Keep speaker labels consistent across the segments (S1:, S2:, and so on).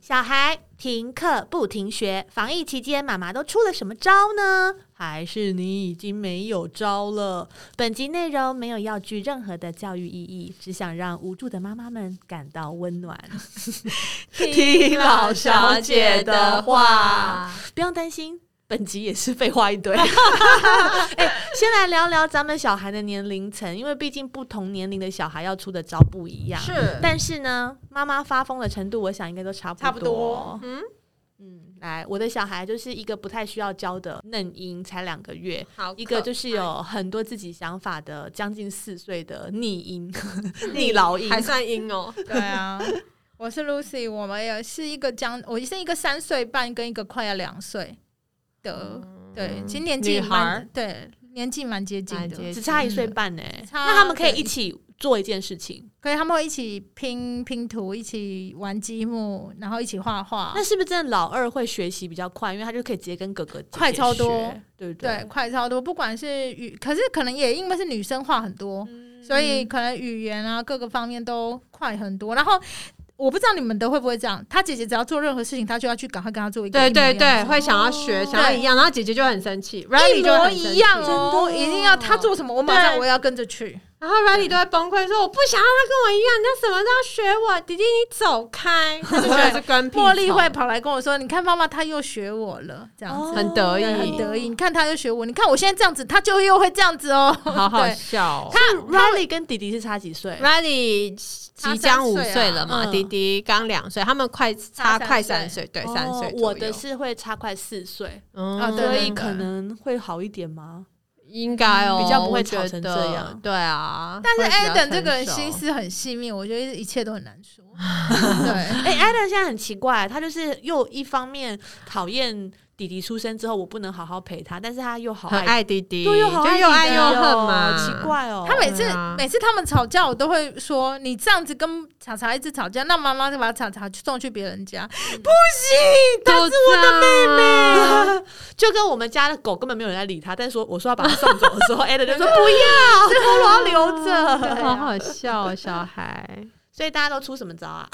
S1: 小孩停课不停学，防疫期间妈妈都出了什么招呢？还是你已经没有招了？本集内容没有要具任何的教育意义，只想让无助的妈妈们感到温暖。 听老小姐的话，不用担心。本集也是废话一 堆。哎、先来聊聊咱们小孩的年龄层，因为毕竟不同年龄的小孩要出的招不一样。
S2: 是
S1: 但是呢，妈妈发疯的程度，我想应该都差不
S2: 差不多，嗯，
S1: 嗯，来，我的小孩就是一个不太需要教的嫩婴，才两个月，
S2: 好，
S1: 一个就是有很多自己想法的将近四岁的逆婴、逆老婴。
S2: 还算阴哦，
S3: 对啊，我是 Lucy，我们也是一个将，我是一个三岁半跟一个快要两岁的，
S4: 嗯
S3: 对，其实年纪
S4: 女孩
S3: 蛮
S4: 儿
S3: 对，年纪蛮接近
S4: 蛮
S3: 的，
S4: 接
S1: 只差一岁半呢、
S3: 差
S1: 那他们可以一起做一件事情，
S3: 可以他们会一起拼拼图，一起玩积木，然后一起画画
S1: 那，是不是真的老二会学习比较快？因为他就可以直接跟哥哥姐姐
S3: 快超多
S1: 学，对不
S3: 对，？快超多，不管是语，可是可能也因为是女生话很多，
S1: 嗯
S3: 所以可能语言啊各个方面都快很多，然后。我不知道你们都会不会这样，他姐姐只要做任何事情，他就要去赶快跟他做一个
S4: 对
S3: 一模一
S4: 对
S3: 样
S4: 对，
S3: 的事
S4: 会想要学，
S1: 哦
S4: 想要一样，然后姐姐就很生气
S3: 一
S4: ，Riley 就
S3: 模
S4: 很生
S3: 一
S4: 气
S3: 样哦，
S1: 真的哦
S3: 一定要他做什么，我马上
S4: 对
S3: 我也要跟着去。
S4: 然后 Riley 都会崩溃，说我不想让他跟我一样，那什么都要学我，弟弟你走开，他就觉得是跟屁虫
S3: 茉莉会跑来跟我说：“你看妈妈，她又学我了，这样子、
S4: 很得意
S3: 对哦很得意。你看她又学我，你看我现在这样子，她就又会这样子哦。
S4: 好好
S3: 对
S4: 笑哦。
S1: 他 Riley 跟弟弟是差几岁？
S4: Riley 即将五岁了嘛，
S1: 嗯
S4: 弟弟刚两岁，他们快差
S3: 差三
S4: 快
S3: 岁
S4: 三岁，对，三岁
S1: 哦
S4: 左右。
S1: 我的是会差快四岁，
S4: 啊
S3: 啊对
S1: 所
S3: 对
S1: 以
S3: 对
S1: 可能会好一点吗？
S4: 应该哦，
S1: 比较不会
S4: 我觉
S1: 吵成这样
S4: 得对啊，
S3: 但是
S4: 会比较
S3: Adam 这个人
S4: 成熟
S3: 心思很细密，我觉得一切都很难说。 对，
S1: 哎、a d a m 现在很奇怪，他就是又一方面讨厌弟弟出生之后我不能好好陪他，但是他又好
S4: 很
S1: 爱，
S4: 爱弟弟，
S1: 对，又好
S4: 就
S1: 爱
S4: 又爱
S1: 弟弟
S4: 又
S1: 哦
S4: 恨嘛，
S1: 好 奇。怪哦。
S3: 他每次、
S4: 对啊
S3: 每次他们吵架，我都会说：“你这样子跟查查一直吵架，那妈妈就把查查送去别人家，
S4: 她是我的妹妹，
S1: 就跟我们家的狗根本没有人在理他，但是说我说要把它送走的时候，Adam 就说不要，菠萝要留 着。
S4: 好好笑哦，小孩。
S1: 所以大家都出什么招啊？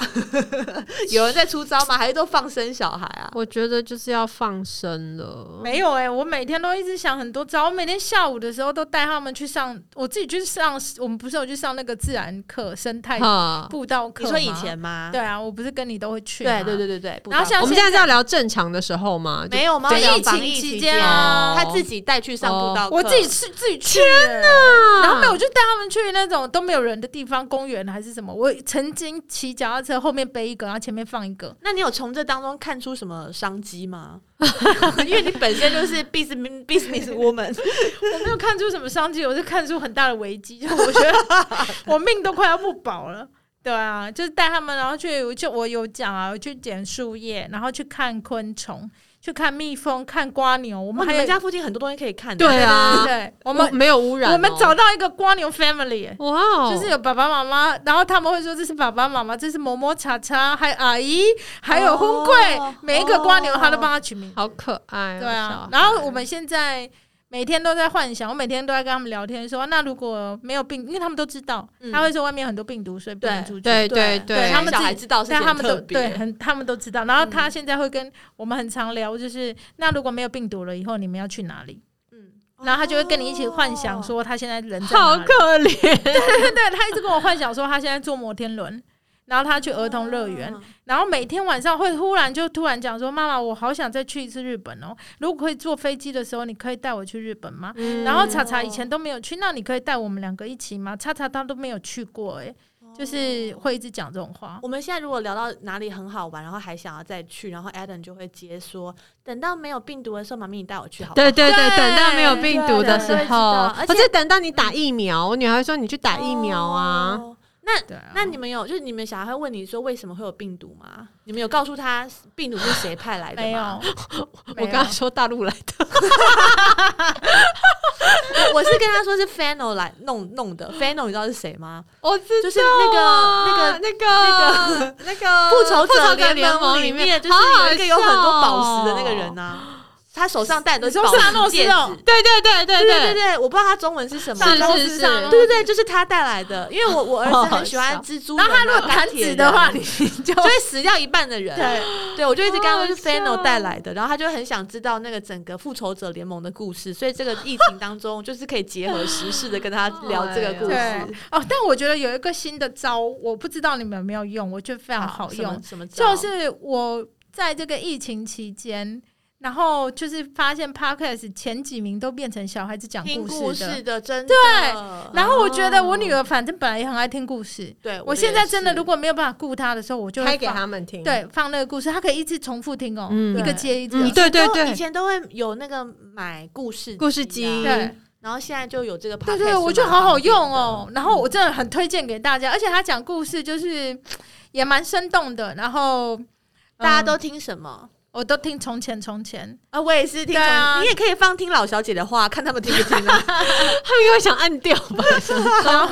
S1: 有人在出招吗？还是都放生小孩啊？
S4: 我觉得就是要放生了，
S3: 没有哎、我每天都一直想很多招。我每天下午的时候都带他们去上，我自己去上，我们不是有去上那个自然课、生态
S4: 哈。
S3: 步道课
S1: 你说
S3: 吗？
S1: 以前吗？
S3: 对啊，我不是跟你都会去吗
S1: 对对对对对。
S3: 然后像
S4: 我们
S3: 现
S4: 现在是要聊正常的时候吗？就
S1: 没有吗？
S3: 就
S1: 聊
S3: 疫
S1: 防
S3: 情
S1: 疫期哦
S3: 期间
S4: 啊
S1: 他自己带去上步道课，
S3: 我自己去自己去天哪！然后没有，我就带他们去那种都没有人的地方，公园还是什么。我曾经骑脚踏车，后面背一个，然后前面放一个。
S1: 那你有从这当中看出什么商机 吗？因为你本身就是 business business woman，
S3: 我没有看出什么商机，我就看出很大的危机， 就是我觉得我命都快要不保了。对啊，就是带他们，然后去，我就我有讲啊，我去捡树叶，然后去看昆虫，去看蜜蜂，看瓜牛。我
S1: 我们
S3: 们还
S1: 你
S3: 有
S1: 们家附近很多东西可以看的。
S4: 对啊，
S3: 对，我
S4: 我
S3: 们
S4: 没有污染哦，
S3: 我们找到一个瓜牛 family，欸、
S4: 哇哦，
S3: 就是有爸爸妈妈，然后他们会说这是爸爸妈妈，这是嬷嬷茶茶，还有阿姨，还有婚贵，
S1: 哦
S3: 每一个瓜牛
S1: 哦
S3: 他都帮他取名。
S4: 好可爱哦，
S3: 对啊，
S4: 小孩
S3: 然后我们现在每天都在幻想，我每天都在跟他们聊天说，那如果没有病，因为他们都知道，
S1: 嗯
S3: 他会说外面很多病毒，所以不能
S1: 对
S3: 出去。
S4: 对
S1: 对
S4: 对对，
S3: 他们自
S1: 小
S3: 己
S1: 孩知道是
S3: 但他
S1: 很
S3: 们
S1: 特
S3: 都
S1: 别
S3: 对很，他们都知道。
S4: 嗯
S3: 然后他现在会跟我们很常聊，就是、那如果没有病毒了以后，你们要去哪里？
S1: 嗯，哦
S3: 然后他就会跟你一起幻想说他现在人在
S4: 哦
S3: 哪
S4: 好
S3: 里。
S4: 可怜，
S3: 对对，他一直跟我幻想说他现在坐摩天轮，然后他去儿童乐园，
S1: 哦
S3: 然后每天晚上会忽然就突然讲说：“妈妈，我好想再去一次日本哦！如果可以坐飞机的时候，你可以带我去日本吗？”然后查查以前都没有去，那你可以带我们两个一起吗？查查他都没有去过、欸，就是会一直讲这种话。
S1: 我们现在如果聊到哪里很好玩，然后还想要再去，然后 Adam 就会接说，等到没有病毒的时候，妈咪你带我去好不好？
S4: 对对对，
S3: 对
S4: 等到没有病毒的时
S1: 对对对知
S4: 候
S1: 道而，且
S4: 不是等到你打疫苗，我女儿说你去打疫苗啊，
S1: 哦。那
S3: 对啊，
S1: 那你们有就是你们小孩会问你说为什么会有病毒吗？你们有告诉他病毒是谁派来的吗？
S3: 没有？
S4: 我
S3: 没有
S4: 刚刚说大陆 来的，
S1: 我我是跟他说是 Fano 来弄弄的，Fano 你知道是谁吗？
S4: 我知
S1: 就是啊那个
S4: 道那个那个那个
S1: 复仇
S4: 呃 复
S1: 者
S4: 联
S1: 联
S4: 盟
S1: 里
S4: 面
S1: 就是有一个有很多宝石的那个人
S4: 呢，
S1: 呐、他手上
S4: 哦
S1: 戴的都是
S3: 你
S1: 宝
S3: 说萨诺
S1: 石
S3: 斯
S1: 戒指。
S3: 哦
S4: 对对对对
S1: 对对对
S4: 对，
S1: 对，我不知道他中文是什么。
S4: 是
S3: 萨诺
S4: 是
S3: 斯
S4: 是
S3: 萨诺斯
S1: 对对对，就是他带来的，因为我我儿子很喜欢
S4: 好好
S1: 蜘蛛人
S3: 然
S1: 啊、
S3: 后他如果
S1: 钢
S3: 弹
S1: 铁
S3: 指
S1: 人
S3: 的话，你就
S1: 就会死掉一半的人。
S3: 对
S1: 对，我就一直跟他说是
S4: 好好笑
S1: Fano 带来的，然后他就很想知道那个整个复仇者联盟的故事，所以这个疫情当中就是可以结合时事的跟他聊这个故
S3: 对
S1: 事。
S3: 哦。但我觉得有一个新的招，我不知道你们有没有用，我觉得非常好
S1: 什么
S3: 用，
S1: 什么招
S3: 就是我在这个疫情期间，然后就是发现 podcast 前几名都变成小孩子讲
S1: 听
S3: 故
S1: 故
S3: 事的。
S1: 事的，真的。
S3: 对然后我觉得我女
S1: 哦，
S3: 儿反正本来也很爱听故事，
S1: 对
S3: 我现在真的
S1: 也是
S3: 如果没有办法顾她的时候，我就会
S4: 开给
S3: 放
S4: 他们听。
S3: 对放那个故事，她可以一直重复听哦，
S4: 嗯
S3: 一个
S1: 对
S3: 接一个。
S4: 嗯，对对
S1: 都以
S4: 对，
S1: 前都会有那个买故事
S4: 故事
S1: 啊
S4: 机
S3: 对，
S1: 然后现在就有这个 podcast，
S3: 对对，我
S1: 蛮
S3: 觉得好好
S1: 方便
S3: 用
S1: 的
S3: 哦。。然后我真的很推荐给大家，而且他讲故事就是也蛮生动的。然后
S1: 大家
S3: 嗯
S1: 都听什么？
S3: 我都听从前从前，
S1: 啊，我也是听
S3: 对啊
S1: 从你也可以放听老小姐的话，看他们听不听啊。
S4: 他们又想按掉吧？
S3: 然后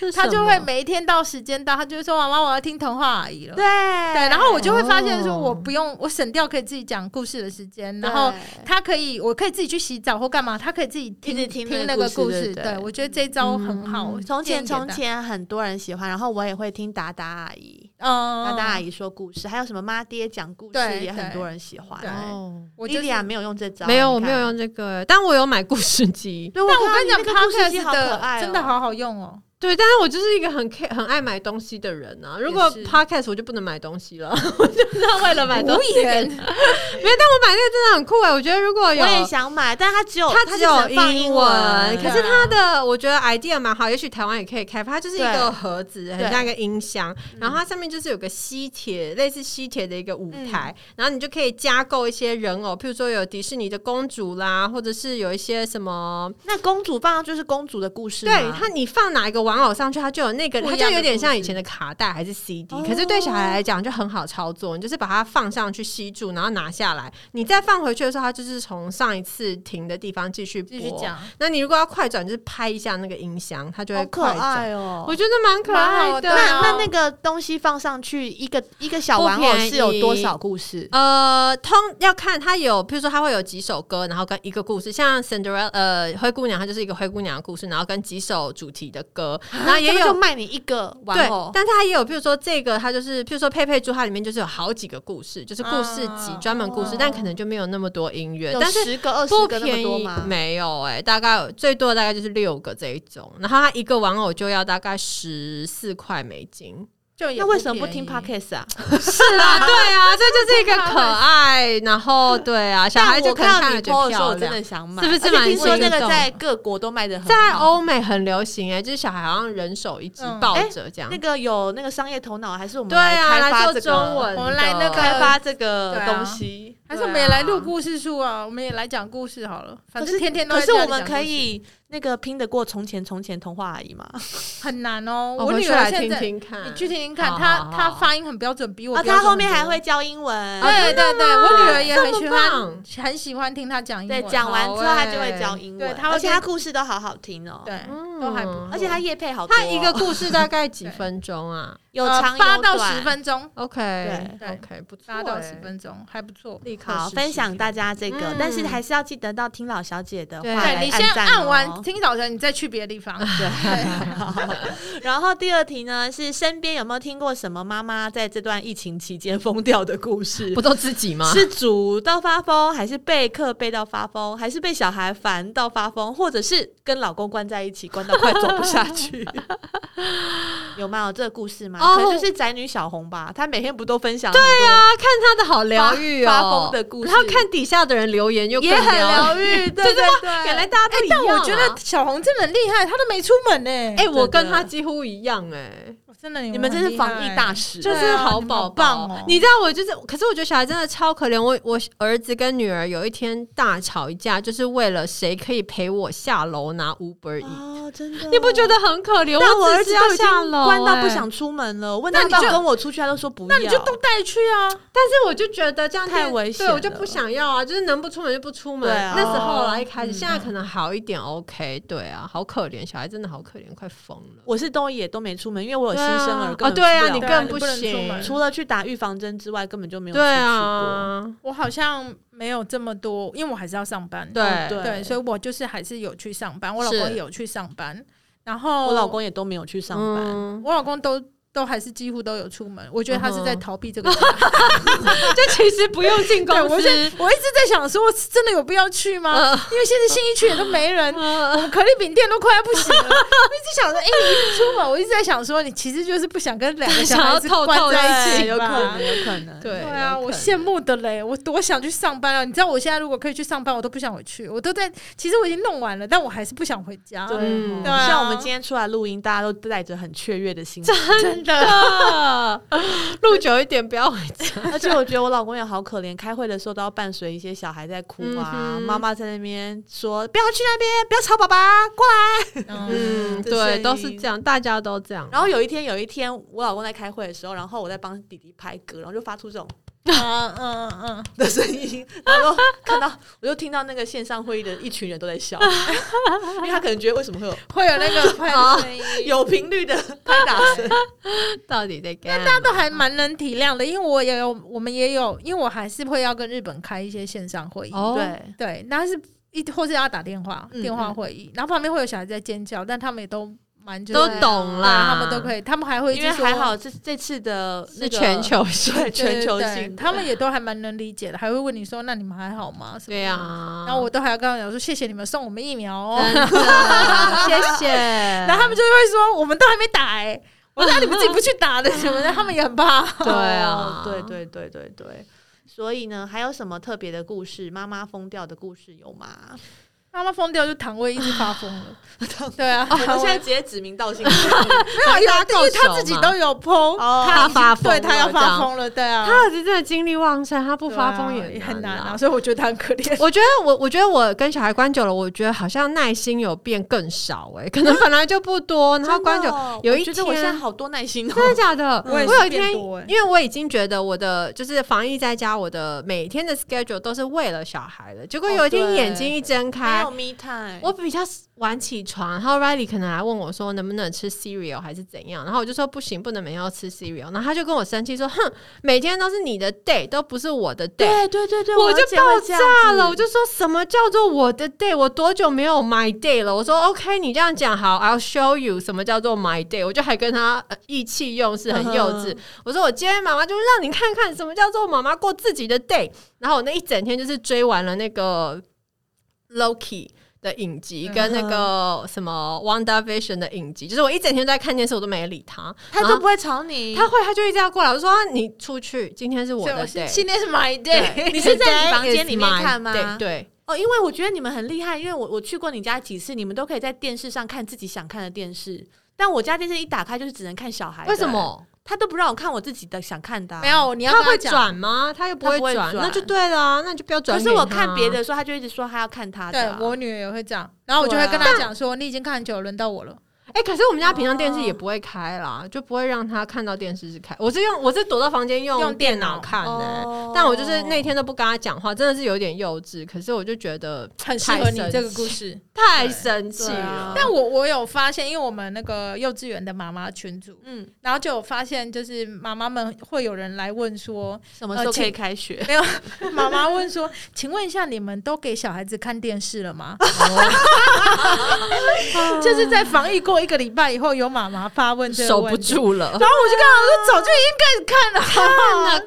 S3: 他
S4: 他
S3: 就会每一天到时间到，他就会说：“妈妈，我要听童话阿姨 了。”
S1: 对，对
S3: 对，然后我就会发现说，
S4: 哦
S3: 我不用我省掉可以自己讲故事的时间，然后他可以，我可以自己去洗澡或干嘛，他可以自己听
S1: 一直听那个
S3: 那个
S1: 故
S3: 故
S1: 事
S3: 事。
S1: 对嗯
S3: 对，我觉得这一招很好。我
S1: 从前
S3: 建议
S1: 从
S3: 给大家，
S1: 前很多人喜欢，然后我也会听达达阿姨，
S3: 嗯，
S1: 达达阿姨说故事，还有什么妈爹讲故事
S3: 对
S1: 也很多人喜欢。
S3: 对
S4: 哦，
S3: 我
S1: 莉
S3: 就
S1: 莉
S3: 是
S1: 亚没有用这招，
S4: 没有，
S1: 你
S4: 我
S1: 看
S4: 没有。用这个，但我有买故事机。
S1: 对，我
S3: 但我
S1: 看
S3: 跟
S1: 到
S3: 你
S1: 你
S3: 讲
S1: 那个故事机
S3: ，podcast
S1: 好可爱哦，
S3: 的真的好好用哦。
S4: 对，但是我就是一个很 care- 很爱买东西的人啊。如果
S1: 也是
S4: podcast 我就不能买东西了， 我就是要为了买东西。
S3: 无言
S4: 没有，但我买那个真的很酷哎，我觉得如果有
S1: 我也想买，但它只有
S4: 它只
S1: 就
S4: 有
S1: 能放英
S4: 英文，可
S3: 对
S4: 是它的我觉得 idea 蛮好，也许台湾也可以开发。它就是一
S1: 对
S4: 个盒子，
S1: 对嗯
S4: 很像一个音箱，然后它上面就是有个吸铁，类似吸铁的一个舞台，
S1: 嗯
S4: 然后你就可以加购一些人偶，譬如说有迪士尼的公主啦，或者是有一些什么，
S1: 那公主放上就是公主的故事吗，
S4: 对它你放哪一个玩偶上去，它就有那个，
S3: 不
S4: 它
S3: 一样
S4: 就
S3: 的
S4: 有点像
S3: 故事
S4: 以前的卡带还是 CD，
S1: 哦
S4: 可是对小孩来讲就很好操作，你就是把它放上去吸住，然后拿下来，你再放回去的时候，它就是从上一次停的地方继续
S3: 继续
S4: 播。
S3: 讲，
S4: 那你如果要快转，就是拍一下那个音箱，它就
S1: 好
S4: 会
S1: 可
S4: 快转。
S1: 爱哦。
S4: 我觉得蛮可爱的。
S3: 蛮好的
S1: 那那那个东西放上去，一个一个小
S4: 啊不
S1: 玩偶
S4: 便
S1: 是有多
S4: 宜
S1: 少故事？
S4: 呃，通要看它有，譬如说它会有几首歌，然后跟一个故事，像 Cinderella 呃灰姑娘，它就是一个灰姑娘的故事，然后跟几首主题的歌，然后
S1: 他
S4: 也
S1: 们啊就
S4: 有。
S1: 卖你一个
S4: 对
S1: 玩偶，，
S4: 但是它也有，譬如说这个，它就是，譬如说佩佩猪，它里面就是有好几个故事，就是故事集
S3: 啊
S4: 专门故事
S1: 哦，
S4: 但可能就没有那么多音乐，
S1: 有
S4: 但是
S1: 十个二
S4: 不
S1: 十个那么
S4: 便
S1: 多
S4: 宜
S1: 吗？，
S4: 没有哎、大概有最多大概就是六个这一种，然后它一个玩偶就要大概十四块美金。
S3: 就也
S1: 那为什么不听
S3: 便宜
S1: podcast 啊？
S4: 是啊， 对 啊，这就是一个可爱，然后对啊，小孩
S1: 但
S4: 就
S1: 我
S4: 可能
S1: 看到
S4: 看
S1: 你
S4: 了就
S1: PO 的时候，
S4: 漂
S1: 我真
S4: 亮。
S1: 的想买，
S4: 是不是
S1: 而且
S4: 蛮
S1: 听说那
S4: 心
S1: 个
S4: 动
S1: 在各国都卖的很好
S4: 在欧美很流行哎、就是小孩好像人手一只
S3: 嗯
S4: 抱着这样。
S1: 哎那个有那个商业头脑，还是我们
S4: 对啊，
S1: 来开
S4: 来
S1: 发
S4: 做
S1: 这
S4: 中
S1: 个
S4: 文的，
S3: 我们来那个
S1: 开发这个
S3: 对啊
S1: 东西，
S3: 还是我们
S1: 对啊
S3: 也来录。故事书啊？我们也来讲故事好了，反
S1: 可
S3: 正
S1: 是
S3: 天天都
S1: 可
S3: 在
S1: 是
S3: 家里
S1: 我们
S3: 讲
S1: 可
S3: 故事
S1: 以那个拼得过从前从前童话阿姨吗？
S3: 很难
S4: 哦
S3: 哦。我
S4: 回
S3: 女
S4: 去
S3: 儿
S4: 来
S3: 现
S4: 听
S3: 在，
S4: 听
S1: 嗯
S4: 看，
S3: 你去听听看，
S4: 好
S3: 她
S4: 好
S3: 她
S4: 好
S3: 发音很标准，比我
S1: 啊，
S3: 标准
S1: 她后面
S3: 很
S1: 还
S3: 多
S1: 会教英文，
S3: 对对对，我女儿也很喜
S4: 这么
S3: 欢，很喜欢听她讲英
S1: 对，
S3: 文。
S1: 讲完之后
S4: 好
S1: 她
S4: 欸
S1: 就会教英
S3: 对
S1: 文，
S3: 她会
S1: 而且她
S3: 跟
S1: 故事都好好听哦，
S3: 对，呃
S4: 嗯
S3: 都还不错，
S1: 而且她夜配好多哦，
S4: 它一个故事大概几
S3: 对
S4: 分钟啊
S1: 有
S3: 呃
S1: 长
S3: 八
S1: 有
S3: 到
S1: 短
S3: 十分钟，
S4: ？OK
S3: 对
S4: OK，不错、
S3: 八到十
S4: 欸，
S3: 分钟还不错。
S4: 立刻
S1: 好，
S4: 试
S1: 分
S4: 试
S1: 享
S4: 看
S1: 大家这个，
S4: 嗯
S1: 但是还是要记得到听老小姐的话
S4: 对
S1: 来
S3: 对你先
S1: 赞
S3: 按
S1: 哦
S3: 完，听早晨，你再去别的 地方。
S1: 对，好然后第二题呢是身边有没有听过什么妈妈在这段疫情期间疯掉的故事
S4: 不？都自己吗？
S1: 是煮到发疯，还是备课备到发疯，还是被小孩烦到发疯，或者是跟老公关在一起关到快 走不下去？有没有这个故事吗？
S4: 哦
S1: 可能就是宅女小红吧，她每天不都分享对啊
S4: 啊，看他的好疗愈哦，
S1: 发疯的故事
S4: 然后看底下的人留言又更
S1: 也很疗
S4: 愈，
S1: 愈， 对
S4: 真的吗
S1: 对对，
S4: 原来大家都一样
S3: 但
S4: 啊、
S3: 我觉得小红真的很厉害，她都没出门呢。
S4: 哎、我
S1: 真
S4: 跟
S1: 的
S4: 他几乎一样哎、
S3: 真的，
S1: 你们真是防疫大使，哦
S4: 就
S3: 对啊
S4: 是好
S3: 你们
S4: 宝
S3: 好
S4: 宝、
S3: 棒哦
S4: 你知道我就是，可是我觉得小孩真的超可怜。我我儿子跟女儿有一天大吵一架，就是为了谁可以陪我下楼拿 Uber E，、
S1: 哦，真的，
S4: 你不觉？得很可怜？
S1: 但我
S4: 只
S1: 儿
S4: 是
S1: 子
S4: 要
S1: 都已经
S4: 下楼、
S1: 关到
S4: 哎
S1: 不想。出门了，问
S3: 那
S1: 他
S3: 你就
S1: 要跟我出去，他都说不要。
S3: 那你就都带去啊。
S4: 但是我就觉得这样
S1: 太
S4: 就
S1: 危险
S4: 对我就
S1: 了
S4: 不想要啊，就是能不出门就不出门。
S1: 对啊
S4: 那时候啦，一开始、
S3: 嗯
S4: 现在可能好一点，OK。对啊，好可怜，小孩真的好可怜，快疯了。
S1: 我是都也都没出门，因为我有新生儿，
S4: 啊，
S1: 根本
S4: 对啊，
S1: 出不了
S4: 你
S1: 门
S4: 更
S3: 不
S4: 不
S3: 能出门
S4: 行，
S1: 除了去打预防针之外，根本就没有出
S4: 对
S1: 去过。
S4: 啊，
S3: 我好像没有这么多，因为我还是要上班。
S4: 对
S1: 哦对
S3: 对，所以我就是还是有去上班，我老公
S4: 是
S3: 也有去上班，然后
S1: 我老公也都没有去上班，
S4: 嗯
S3: 我老公都都还是几乎都有出门，我觉得他是在
S4: 嗯哼
S3: 逃避这个家。
S4: 就其实不用 进
S3: 对，
S4: 公
S3: 我
S4: 司
S3: 是，我一直在想说，我是真的有必要去吗？
S4: 嗯
S3: 因为现在新一区也都没 人，
S4: 嗯
S3: 我们可丽饼店都快要不行了。我一直想说，哎、你一直出门，我一直在想说，你其实就是不想跟两个小
S4: 想要
S3: 孩子
S4: 透透
S3: 关在一
S4: 气
S3: 起
S1: 有可
S3: 吧
S1: 能，。有可能，
S4: 对
S3: 啊对
S1: 有
S3: 啊，
S1: 可
S3: 我
S1: 能
S3: 羡慕的嘞，我多想去上班啊！你知道我现在如果可以去上班，我都不想回去，我都在。其实我已经弄完了，但我还是不想回家，
S1: 对
S4: 嗯
S1: 哦
S3: 对啊
S1: 像我们今天出来录音，大家都带着很雀跃的心情，
S3: 真的。
S4: 啊 录久一点，不要回家。
S1: 而且我觉得我老公也好可怜，开会的时候都要伴随一些小孩在哭
S4: 嗯
S1: 啊，
S4: 哼
S1: 妈妈在那边说不要去那边，不要吵爸爸，过来。
S4: 嗯，
S1: 这
S4: 对，
S1: 声
S4: 都是
S1: 音
S4: 这样，大家都这样。
S1: 然后有一天，有一天我老公在开会的时候，然后我在帮弟弟拍歌，然后就发出这种
S3: 嗯嗯嗯嗯，
S1: 的声音，然后看到我就听到那个线上会议的一群人都在笑， 因为他可能觉得为什么会有
S3: 会有那个快
S4: 哦
S3: 乐声音。
S1: 有频率的拍打声，
S4: 到底在干嘛？
S3: 大家都还蛮能体谅的，因为我也有，我们也有，因为我还是会要跟日本开一些线上会议，
S4: 哦，
S1: 对，
S3: 对，但是一或是要打电话，
S1: 嗯
S3: 电话会议，然后旁边会有小孩在尖叫，但他们也都蛮就是
S4: 都懂
S3: 对啊
S4: 啦，
S3: 他们都可
S4: 以
S3: 以，他们还会
S1: 因为还好
S3: 一
S1: 这这次的
S4: 是
S1: 那个
S4: 全球性。
S1: 对全球
S3: 对
S1: 性的，
S3: 他们也都还蛮能理解的，还会问你说那你们还好吗？什么的
S4: 对。啊，
S3: 然后我都还要跟他们讲说谢谢你们送我们疫苗哦，
S4: 真的啊谢谢。
S3: 然后他们就会说我们都还没打哎、我说那你们自己不去打的什么的，他们也 很怕。
S4: 对啊
S1: 哦，对对对对对。所以呢，还有什么特别的故事？妈妈疯掉的故事有吗？
S3: 妈妈疯掉就躺位一直发 疯了，对啊，
S4: 哦
S1: 我
S3: 躺
S1: 们现在
S3: 位
S1: 直接指名道姓。
S3: 没有，因为
S4: 大家
S3: 因
S4: 够
S3: 为
S4: 熟
S3: 他自己
S4: 嘛
S3: 都有 PO，、
S1: 哦
S4: 他发疯
S3: 对他要
S4: 了这
S3: 发
S4: 样
S3: 疯了，对啊，
S4: 他儿子真的精力旺盛，他不
S3: 对
S4: 发
S3: 啊
S4: 疯
S3: 也很难
S4: 难
S3: 啊，
S4: 啊。
S3: 所以我觉得他很可怜。
S4: 我觉得我，我觉得我跟小孩关久了，我觉得好像耐心有变更少哎、可能本来就不多，然后关久
S1: 真的哦
S4: 有
S1: 我
S4: 一
S1: 觉得我现在
S4: 天
S1: 好多耐心哦。
S4: 真的假的？
S3: 我也是
S4: 有一
S3: 变
S4: 天，
S3: 多欸
S4: 因为我已经觉得我的就是防疫在家，我的每天的 schedule 都是为了小孩的。结果
S1: 哦
S4: 有一天
S1: 对
S4: 眼睛一睁
S1: 没
S3: 哎
S4: 开，
S1: 有 me time，
S4: 我比较晚起床，然后 Riley 可能来问我说能不能吃 cereal 还是怎样，然后我就说不行，不能每天都吃 cereal。然后他就跟我生气说：“哼，每天都是你的 day，都不是我的 day。”
S1: 对对对对，
S4: 我
S1: 我
S4: 就
S1: 姐
S4: 爆
S1: 会这样
S4: 炸
S1: 子
S4: 了，我就说什么叫做我的 day？我多久没有 my day 了？我说 OK，你这样讲好，I'll show you 什么叫做 my day。我就还跟他呃意气用事，很幼稚。
S1: 嗯
S4: 我说我今天妈妈就让你看看什么叫做妈妈过自己的 day。然后我那一整天就是追完了那个 Loki。的影
S1: 嗯
S4: 集跟那个什么 Wanda Vision 的影集，就是我一整天都在看电视，我都没理他。
S1: 他
S4: 然
S1: 就
S4: 后
S1: 不会吵你。
S4: 他会，他就一直要过来，我说啊你出去，今天是我
S3: 所以
S4: 的
S3: 我是
S4: day。
S3: 今天是 my
S4: 对
S3: day，
S1: 你是在你
S4: Today
S1: 房间里面
S4: is my
S1: 看吗
S4: day，对，
S1: 哦，因为我觉得你们很厉害，因为我我去过你家几次，你们都可以在电视上看自己想看的电视，但我家电视一打开就是只能看小孩。
S4: 为什？么？
S1: 他都不让我看我自己的想看的啊、
S3: 没有，你要
S4: 他
S3: 跟
S4: 会
S3: 讲，
S4: 转吗？他又不
S1: 他
S4: 会
S1: 不会
S4: 转，
S1: 转
S4: 那就对啦，那你就不要转。
S1: 可是我看别的，时候，他就一直说他要看他的
S3: 对
S1: 啊、
S3: 我女儿也会这样，然后我就
S1: 对
S3: 会
S1: 啊
S3: 跟她讲说，你已经看很久了，轮到我了。
S4: 哎，可是我们家平常电视也不会开啦，就不会让他看到电视是开。我是用，我是躲到房间
S3: 用
S4: 用
S3: 电
S4: 电
S3: 脑
S4: 脑看的。
S1: 哦
S4: 欸但我就是那天都不跟他讲话，真的是有点幼稚。可是我就觉得
S3: 很适合你这个故事，
S4: 太生气
S1: 对啊
S4: 了。
S3: 但我我有发现，因为我们那个幼稚园的妈妈群组，
S1: 嗯，
S3: 然后就有发现，就是妈妈们会有人来问说，
S1: 什么时候
S3: 呃请
S1: 可以开学？
S3: 没有，妈妈问说，请问一下，你们都给小孩子看电视了吗？就是在防疫过一个礼拜以后，有妈妈发问这个
S4: 守
S3: 问
S4: 不
S3: 题，
S4: 住 了，
S3: 然后我就跟他说，早就已经开始看了，好不好
S4: 看了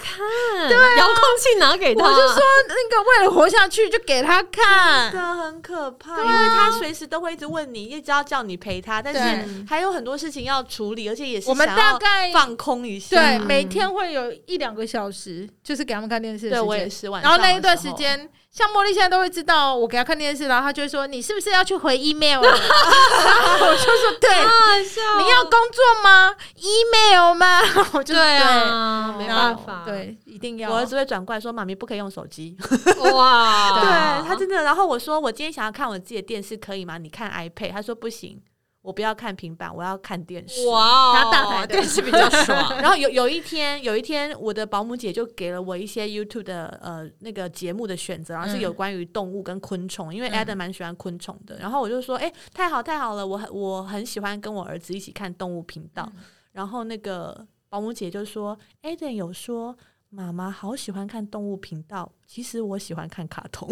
S4: 看，遥控器拿给他，
S3: 我就说那个为了活下去就给他
S1: 真
S3: 看，
S1: 的很可怕，因为他随时都会一直问你，一直要叫你陪他，但是
S3: 对
S1: 还有很多事情要处理，而且也是
S3: 我们
S1: 想要
S3: 大概
S1: 放空一下。
S3: 对，
S4: 嗯
S3: 每天会有一两个小时，就是给他们看电视的
S1: 对
S3: 时
S1: 我也
S3: 间。
S1: 是晚
S3: 然
S1: 上
S3: 后
S1: 的时候。
S3: 那一段时间，像茉莉现在都会知道我给她看电视，然后她就会说：“你是不是要去回 email？” 啊然后我就说：“ 对，
S4: 啊，笑
S3: 你要工作吗？email 吗？”我就
S4: 对啊，
S1: 对
S4: 没
S3: 然
S4: 办
S3: 后
S4: 法，
S3: 对，一定要
S1: 我儿子会转过来说：“妈咪不可以用手 机。
S4: 哇，
S1: 对他真的。然后我说：“我今天想要看我自己的电视，可以吗？你看 iPad。”他说：“不行，我不要看平板，我要看电视。”
S4: 哇
S1: 他大台的
S4: 电视比 较爽。
S1: 然后有有一天，有一天我的保姆姐就给了我一些 YouTube 的呃那个节目的选择，然后是有关于动物跟昆虫，因为 Adam 蛮喜欢昆虫的。然后我就说，哎、太好太好了，我很我很喜欢跟我儿子一起看动物频道。然后那个保姆姐就说，Adam 有说。妈妈好喜欢看动物频道，其实我喜欢看卡 通。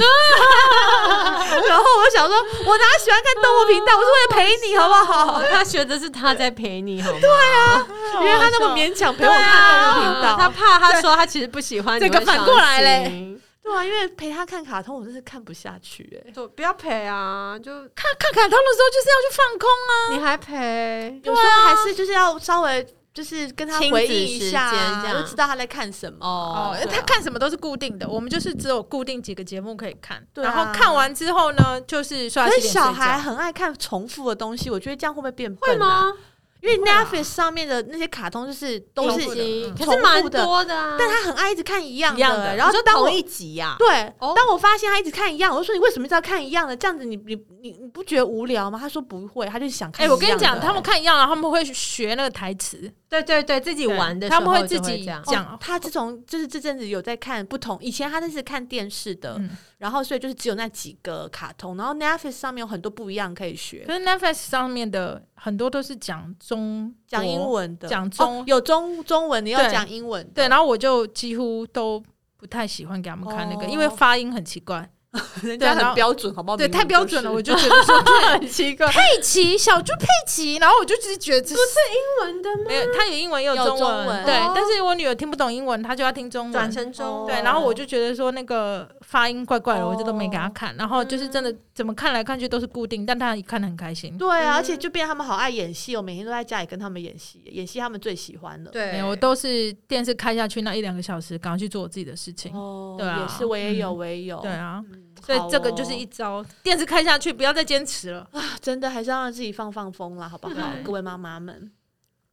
S1: 然后我想说，我哪喜欢看动物频道？我是为了陪你，好不好？
S4: 哦他学的是他在陪你，好吗？对
S1: 因为他那么勉强陪我看动物频道，
S4: 他怕他说他其实不喜欢你
S3: 啊这个
S4: 会伤
S3: 反过来嘞
S4: 心，
S1: 对啊，因为陪他看卡通，我真是看不下去哎、
S4: 就不要陪啊，就
S3: 看看卡通的时候就是要去放空啊。
S4: 你还陪，
S1: 有时候还是就是要稍微就是跟他回忆一下
S4: 啊亲子时间
S1: 啊，
S4: 这样
S1: 就知道他在看什么。
S4: 哦
S3: 哦，
S1: 对啊
S3: 他看什么都是固定的，我们就是只有固定几个节目可以看，
S1: 对啊
S3: 然后看完之后呢，就是
S4: 啊
S3: 刷牙
S1: 可
S3: 洗
S1: 是
S3: 脸
S1: 小
S3: 睡觉
S1: 孩很爱看重复的东西，我觉得这样会不会变
S4: 会
S1: 笨、啊？
S4: 吗？
S1: 因为
S3: 会啊
S1: Netflix 上面的那些卡通就是都
S4: 都
S1: 是
S4: 是
S3: 重复的嗯
S4: 可是蛮
S1: 重复的
S4: 多的啊，
S1: 但他很爱一直看一样
S4: 一样的。
S1: 然后
S4: 你说
S1: 当我
S4: 同一集
S3: 啊
S4: 呀，
S1: 对，
S4: 哦
S1: 当我发现他一直看一样，我就说你为什么一直要看一样的？这样子你你你你不觉得无聊吗？他说不会，他就想看
S3: 哎、
S1: 一样
S3: 我
S1: 的。
S3: 跟你讲，他们看一样，然后他们会学那个台词，
S4: 对对对，自己
S3: 对
S4: 玩的时
S3: 他
S4: 候
S3: 们会自己
S4: 就这样
S3: 讲
S1: 哦他自从就是这阵子有在看不同，以前他那是看电视的，
S3: 嗯
S1: 然后所以就是只有那几个卡通，然后 Netflix 上面有很多不一样可以学，
S3: 可是 Netflix 上面的很多都是讲中
S1: 讲英
S3: 国，
S1: 文的，
S3: 讲中
S1: 哦有中中文，你要
S3: 对
S1: 讲英文的，
S3: 对，然后我就几乎都不太喜欢给他们看那个，
S1: 哦
S3: 因为发音很奇怪，
S1: 人
S3: 对
S1: 家
S3: 然
S1: 很
S3: 后
S1: 标准，好不好？
S3: 对，
S1: 明明
S3: 太标准了，
S1: 就
S3: 我
S1: 是
S3: 哦就觉得 说
S4: 很奇怪，
S3: 佩奇小猪佩奇，然后我就只是觉得这是
S4: 英文的吗？
S3: 没有，他有英文也有
S1: 有
S3: 中文，
S1: 中文
S3: 对
S4: 哦，
S3: 但是我女儿听不懂英文，她就要听中文
S4: 转。成中文
S3: 对，然后我就觉得说那个发音怪怪的，我就都没给他
S1: 哦
S3: 看。然后就是真的怎么看来看去都是固定，但他一看得很开心。
S1: 对啊，
S4: 嗯
S1: 而且就变他们好爱演戏哦，每天都在家里跟他们演戏，演戏他们最喜欢了。
S4: 哦对
S3: 没有，我都是电视开下去那一两个小时，赶快去做我自己的事情。
S1: 哦
S3: 对啊
S1: 也是我也有，
S3: 嗯
S1: 我也有，
S3: 对啊，
S1: 嗯，
S3: 所以
S1: 好
S3: 这个就是
S1: 哦
S3: 一招，电视开下去，不要再坚持了。
S1: 真的还是要让自己放放风啦，好不好？
S3: 对
S1: 各位妈妈们，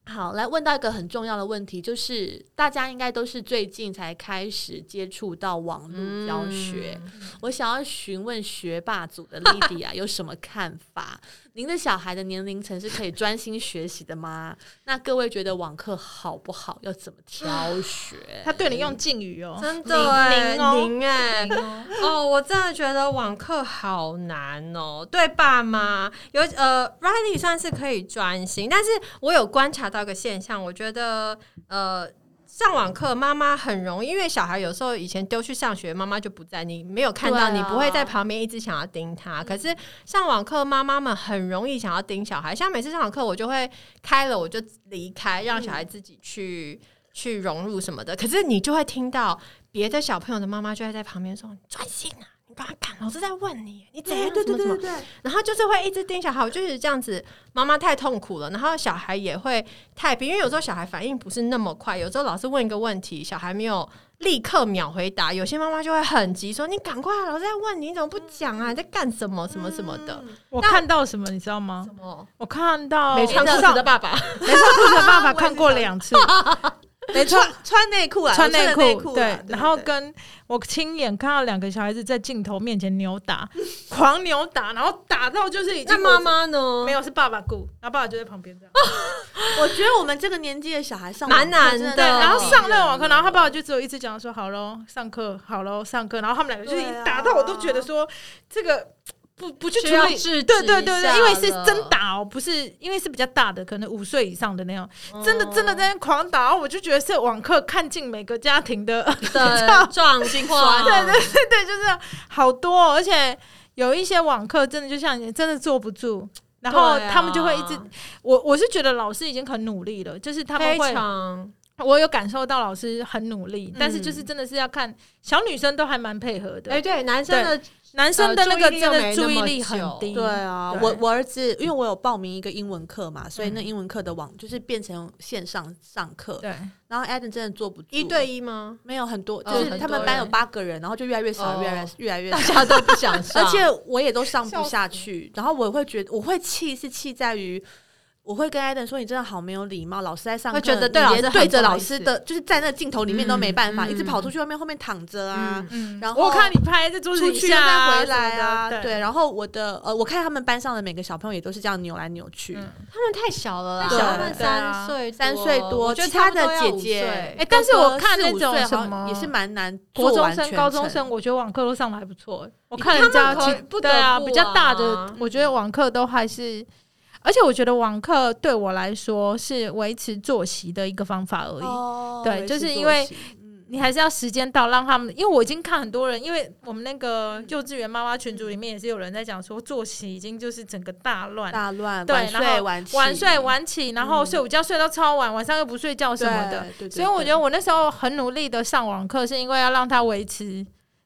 S1: 好，来问到一个很重要的问题，就是大家应该都是最近才开始接触到网
S4: 嗯
S1: 络教学。我想要询问学霸组的莉迪亚有什么看 法？您的小孩的年龄层是可以专心学习的吗？那各位觉得网课好不好？要怎么挑选？
S3: 他对你用敬语哦，
S4: 真
S3: 零
S4: 的哎，
S3: 零哦
S4: 零哎，
S3: 零哦
S4: 哦，我真的觉得网课好难哦，对爸妈有呃，Riley 算是可以专心，但是我有观察到一个现象，我觉得呃。上网课，妈妈很容易，因为小孩有时候以前丢去上学，妈妈就不在，你没有看到，
S1: 对啊
S4: 你不会在旁边一直想要盯他。可
S3: 嗯
S4: 是上网课，妈妈们很容易想要盯小孩，像每次上网课，我就会开了我就离开，让
S3: 嗯
S4: 小孩自己去、去融入什么的。可是你就会听到别的小朋友的妈妈就会在旁边说：“你专心啊，你不要看，老师在问你，你怎样
S5: 啊
S1: 对
S4: 怎
S1: 对对
S4: 么怎
S1: 对
S4: 么。
S1: 对，”
S4: 然后就是会一直盯小孩，我就是这样子，妈妈太痛苦了。然后小孩也会太平，因为有时候小孩反应不是那么快，有时候老师问一个问题，小孩没有立刻秒回答，有些妈妈就会很急说：“你赶快啊，老师在问你，你怎么不讲啊？你在干什么？什么什么
S5: 嗯
S4: 的？
S3: 我看到什么你知道吗
S4: 什？么
S3: 我看到
S4: 没穿裤子
S3: 上
S4: 的爸爸？
S3: 没穿裤子的爸爸看过两次，
S1: 没穿 穿内裤啊，
S3: 穿
S1: 我
S3: 内
S1: 的
S3: 裤，对，然后跟我亲眼看到两个小孩子在镜头面前扭打，狂扭打，然后打到就是已经
S4: 那妈妈呢？
S3: 没有是爸爸顾，然后爸爸就在旁边这样，
S1: 我觉得我们这个年纪的小孩上网课
S4: 蛮难
S1: 真的
S4: 的
S1: 太
S3: 然后
S1: 难
S3: 上那个网课，
S1: 了
S3: 然后他爸爸就只有一直讲说好喽，上课好喽，上课，然后他们两个就是
S1: 对啊
S3: 打到我都觉得说这个不不去处
S4: 需要
S3: 理
S4: 制止
S3: 对对对
S4: 一
S3: 对，
S4: 下
S3: 因为是真
S4: 了
S3: 打哦，不是因为是比较大的，可能五岁以上的那种，真的
S4: 嗯
S3: 真的在那边狂打，然后我就觉得是网课看尽每个家庭的
S4: 的状况，
S3: 对对对对，就是好多哦、而且有一些网课真的就像你真的坐不住，然后
S4: 对啊
S3: 他们就会一直，我我是觉得老师已经很努力了，就是他们
S4: 非
S3: 会，
S4: 常
S3: 我有感受到老师很努力，但是就是真的是要看小女生都还蛮配合的，
S4: 哎，对，男生的
S3: 男生的那个真
S4: 呃
S3: 的
S4: 注
S3: 注
S4: 意力又没
S3: 意
S4: 那么
S3: 力很低，
S1: 对啊，
S3: 对
S1: 我我儿子因为我有报名一个英文课嘛，所以
S4: 嗯
S1: 那英文课的网就是变成线上上课，
S3: 对，
S1: 然后 Adam 真的坐不住，
S4: 一对一吗？
S1: 没有很多，
S4: 哦
S1: 就是
S4: 很
S1: 他
S4: 多
S1: 们班有
S4: 人
S1: 八个人，然后就越来越少，
S4: 哦
S1: 越来越越来越
S4: 大
S1: 少。
S4: 家都不 想上，
S1: 而且我也都上不
S3: 笑死
S1: 下去，然后我会觉得我会气是气在于，我会跟 Adam 说你真的好没有礼貌，老师在上课，
S4: 会觉得
S1: 你
S4: 对老
S1: 连
S4: 师很
S1: 对着
S4: 不好
S1: 老
S4: 意
S1: 师
S4: 思
S1: 的就是在那镜头里面都没办法，
S4: 嗯
S1: 一直
S4: 嗯
S1: 跑出去外面后面躺着啊，
S3: 嗯
S1: 然后
S3: 我看你拍在桌子
S1: 出
S3: 底
S1: 去又
S3: 下啊
S1: 再回来啊，
S3: 什么的
S1: 对。
S3: 对，
S1: 然后我的呃，我看他们班上的每个小朋友也都是这样扭来扭去。
S3: 嗯
S4: 他们太小了啦，
S1: 对
S4: 他们
S3: 对啊
S4: 三岁
S1: 三岁多
S4: 多，我觉得
S1: 其他
S4: 差不多
S1: 的
S4: 要
S1: 姐
S4: 五
S1: 姐
S4: 岁
S3: 哎但是
S1: 哥哥
S3: 我看
S1: 四
S3: 那
S1: 五
S3: 种
S1: 岁好
S3: 什
S1: 像也
S3: 么
S1: 是蛮难，
S3: 国中生、高中生，，我觉得网课都上的还不错、欸我看
S4: 他
S3: 人
S4: 们
S3: 家
S4: 可
S3: 其
S4: 不得
S3: 对啊，
S4: 不
S3: 比较大
S4: 啊
S3: 的，我觉得网课都还是，而且我觉得网课对我来说是维持作息的一个方法而已。
S1: 哦
S3: 对
S1: 我也
S3: 就是
S1: 作
S3: 因为
S1: 息嗯
S3: 你还是要时间到，让他们，因为我已经看很多人，因为我们那个幼稚园妈妈群组里面也是有人在讲说，作息已经就是整个大乱，
S5: 大乱，
S3: 对
S5: 晚
S3: 然
S5: 睡
S3: 后
S5: 晚起
S3: 晚睡晚起，然后睡午觉睡到超晚，晚上又不睡觉什么的。，
S5: 对对对
S3: 所以我觉得我那时候很努力的上网课，是因为要让他维持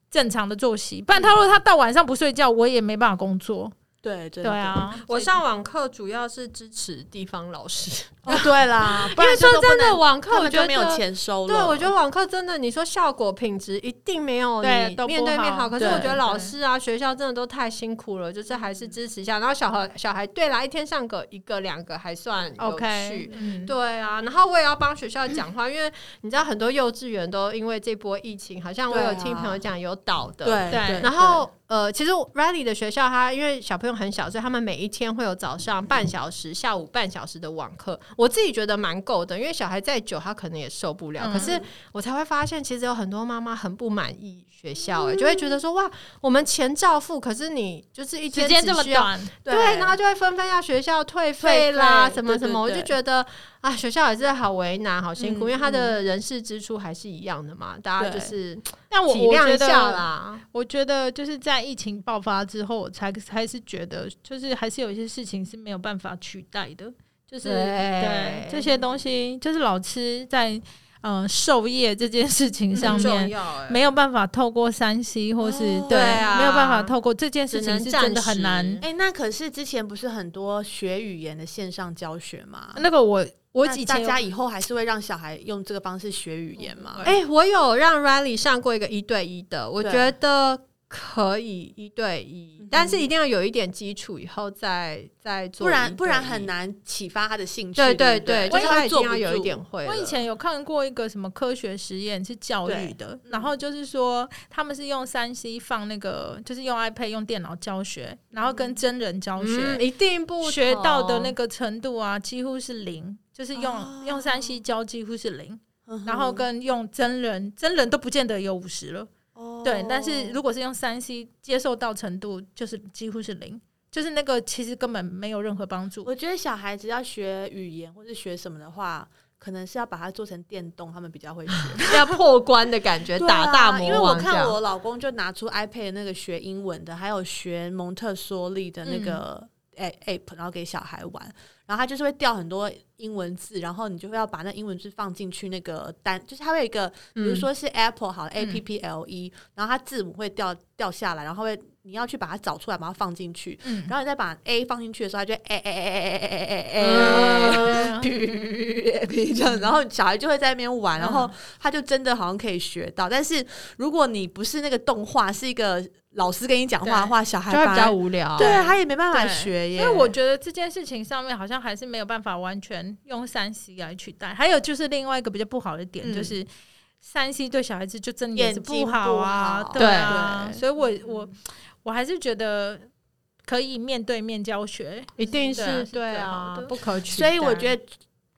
S3: 正常的作息，不然
S4: 嗯
S3: 他如果他到晚上不睡觉，我也没办法工作。
S5: 对对
S3: 对，啊，
S4: 我上网课主要是支持地方老师，
S5: 哦对啦，不
S4: 因为
S5: 然就
S4: 说
S5: 都不
S4: 真的，
S5: 能
S4: 网
S5: 他
S4: 课我
S5: 们
S4: 觉
S5: 就
S4: 得
S5: 没有钱收了。
S4: 对，我觉得网课真的，你说效果品质一定没有你
S3: 对
S4: 面
S3: 都不
S4: 对面
S3: 好
S4: 可是我觉
S3: 对嗯
S4: 得老师啊、学校真的都太辛苦了，就是还是支持一下。然后小孩小孩，对啦，一天上个一个两个还算有趣。
S3: OK，嗯，
S4: 对啊，然后我也要帮学校讲话，因为你知道很多幼稚园都因为这波疫情，好像我
S5: 对啊
S4: 有听朋友讲有倒的。
S5: 对
S3: 对
S5: 哎对，
S4: 然后呃，其实 Riley 的学校，它因为小朋友很小，所以他们每一天会有早上半小时、下午半小时的网课。我自己觉得蛮够的，因为小孩再久他可能也受不了。
S3: 嗯
S4: 可是我才会发现，其实有很多妈妈很不满意学校、欸，就会觉得说哇，我们钱照付，可是你就是一
S3: 时
S4: 天
S3: 间
S4: 只
S3: 这么
S4: 需要
S3: 短，
S5: 对
S4: 对，然后就会纷纷要学校退费啦，
S5: 退费
S4: 什么什么，我
S5: 对对对
S4: 就觉得啊，学校也是好为难，好辛苦，
S5: 嗯
S4: 因为他的人事支出还是一样的嘛，大家
S5: 对
S4: 就是
S3: 但我
S4: 体
S3: 我
S4: 谅
S3: 觉
S4: 一下
S3: 得，
S4: 啦。
S3: 我觉得就是在疫情爆发之后，我才才是觉得，就是还是有一些事情是没有办法取代的，就是对这些东西，就是老师在嗯、呃授业这件事
S4: 嗯
S3: 情上面，
S4: 要
S5: 哎
S3: 没有办法透过山西或是、
S5: 哦
S4: 对
S3: 对
S4: 啊
S3: 没有办法透过这件事情是
S4: 只能暂
S3: 真的很
S4: 时
S3: 难。
S5: 哎，那可是之前不是很多学语言的线上教学吗？
S3: 那个我我
S5: 那
S3: 嗯以
S5: 大
S3: 前有
S5: 家以后还是会让小孩用这个方式学语言吗？
S4: 哎、我有让 Riley 上过一个一对一的，我
S5: 对
S4: 觉得可以一对一，
S5: 嗯哼
S4: 但是一定要有一点基础，以后再再做
S5: 不然
S4: 一对一
S5: 不然很。难启发他的兴趣。
S4: 对
S5: 对
S4: 对对，
S5: 不
S4: 就是他
S5: 对因为他
S4: 一定
S5: 做不
S4: 要有一
S5: 住
S4: 点会了。
S3: 我以前有看过一个什么科学实验是教育的，然后就是说他们是用三 C 放那个，就是用 iPad 用电脑教学，然后跟真人教
S4: 嗯，
S3: 学，
S4: 一定不
S3: 学到的那
S4: 个，
S3: 个程度啊几乎是零，就是用、
S5: 哦
S3: 用三 C 教几乎是零，
S5: 嗯哼，
S3: 然后跟用真人真人都不见得有五十了。
S5: 哦
S3: 对，但是如果是用三 C 接受到程度，就是几乎是零，就是那个其实根本没有任何帮助。
S5: 我觉得小孩子要学语言或是学什么的话，可能是要把它做成电动，他们比较会学。
S4: 要破关的感觉，
S5: 对啊
S4: 打大
S5: 因为
S4: 魔
S5: 我
S4: 王这
S5: 看
S4: 样。
S5: 我老公就拿出 iPad 那个学英文的，还有学蒙特梭利的
S4: 嗯
S5: 那个 A app，然后给小孩玩，然后他就是会掉很多英文字，然后你就会要把那英文字放进去那个单，就是它会有一个，比如说是 Apple 好了、A
S3: 嗯
S5: P P L E，然后它字母会掉掉下来，然后会你要去把它找出来，把它放进去，
S3: 嗯，
S5: 然后你再把 A 放进去的时候，它就 A A A A A A A
S4: 嗯
S5: A。
S3: 对啊
S5: 哔这样，然后小孩就会在那边玩，然后他就真的好像可以学到。但是如果你不是那个动画，是一个老师跟你讲话的话，小孩
S4: 就会比
S5: 反而
S4: 较无聊。
S5: 对他也没办法
S3: 对
S5: 学耶。
S3: 因为我觉得这件事情上面好像还是没有办法完全用三 C 来取代。还有就是另外一个比较不好的点，
S5: 嗯
S3: 就是三 C 对小孩子就真的也是
S5: 眼睛
S3: 不好啊，
S5: 不好
S3: 对啊，
S5: 对
S3: 所以我我我还是觉得可以面对面教学，
S4: 一定
S3: 对啊
S4: 是
S3: 是
S4: 对
S3: 最
S4: 啊
S3: 好的，
S4: 不可取
S5: 所
S4: 代。
S5: 以我觉得。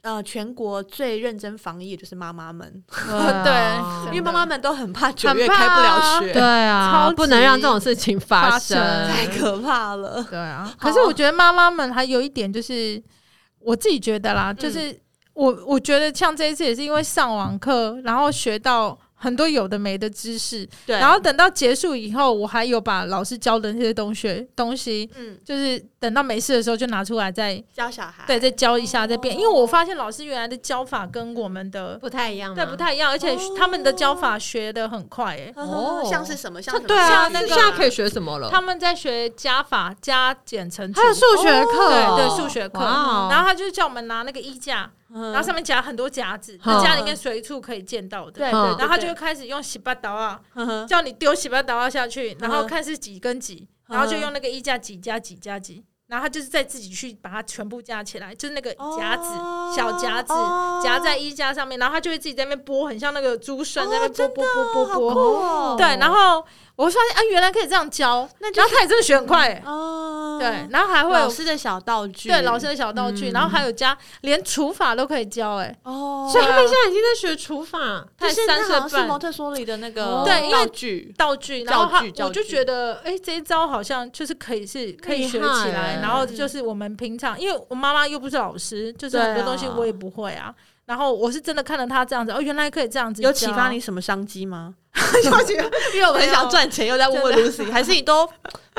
S5: 呃，全国最认真防疫的就是妈妈们，
S4: 对啊
S3: 对真
S5: 因为
S3: 的
S5: 妈妈们都很怕九
S3: 很
S5: 月
S3: 怕
S5: 开不了
S3: 啊
S5: 学，
S4: 对啊
S3: 超，级
S4: 不能让这种事情发
S3: 发
S4: 生
S3: 生。
S5: 太可怕了。
S3: 对啊，
S5: 好
S3: 可是我觉得妈妈们还有一点就是，我自己觉得啦，就是、我我觉得像这一次也是因为上网课，然后学到很多有的没的知识，
S5: 对
S3: 然后等到结束以后，我还有把老师教的那些东西东西，
S5: 嗯，
S3: 就是等到没事的时候就拿出来再
S5: 教小孩，
S3: 对再教一下再变，因为我发现老师原来的教法跟我们的
S4: 不太一样啊
S3: 对
S4: 对
S3: 不
S4: 不太
S3: 太一样，而且
S5: 哦
S3: 他们的教法学的很快、欸，
S5: 哦，
S4: 哦
S5: 像是什么像
S4: 这
S5: 什么
S4: 对啊，
S5: 像
S4: 那
S5: 那
S4: 现
S5: 个
S4: 在可以学什么了？
S3: 他们在学加法、加减乘除，
S4: 哦还有数学课
S3: 对
S4: 哦，
S3: 对，数学课。
S4: 哇哦
S3: 然后他就叫我们拿那个衣架，
S5: 嗯
S3: 然后上面夹很多夹子，
S4: 嗯
S3: 那家里面随处可以见到的。
S5: 对对，
S4: 嗯
S3: 然
S5: 对
S3: 后他就会开始用洗八刀啊，
S5: 呵呵
S3: 叫你丢洗八刀啊下去，然后
S5: 嗯
S3: 看是几跟几，
S5: 嗯
S3: 然后就用那个衣架几加几加几，然后他就是再自己去把它全部加起来，就是那个夹子、
S5: 哦
S3: 小夹子
S5: 哦
S3: 夹在衣架上面，然后他就会自己在那边剥，很像那个竹
S5: 哦
S3: 笋在那边
S5: 真
S3: 剥剥剥
S5: 的
S3: 剥
S5: 好
S3: 剥
S5: 酷哦
S3: 对，然后我会发现啊，原来可以这样教，
S5: 那就
S3: 然后他也真的学很快、欸，
S5: 哦，
S3: 对，，然后还会
S5: 老
S3: 有
S5: 师的小道具，
S3: 对老师的小道具，然后还有加连除法都可以教、欸，
S5: 哦，
S4: 所以他们现在已经在学除法，
S5: 就
S3: 才
S5: 是
S3: 三
S5: 那好像
S3: 岁
S5: 是
S3: 半
S5: 蒙特梭利的那个
S3: 对因为
S5: 道具，
S3: 道具，
S5: 教
S3: 然后他
S5: 具教
S3: 我就
S5: 具
S3: 觉得，哎、这一招好像就是可以是可以学
S4: 厉害
S3: 起来，
S4: 欸
S3: 然后就是我们平常，因为我妈妈又不是老师，就是很
S5: 对
S3: 多东
S5: 啊
S3: 西我也不会啊。然后我是真的看了她这样子，哦，原来可以这样子，
S5: 有启发你，什么商机吗？
S3: 因为我
S5: 我很想。赚钱，又在问问 Lucy，还是你都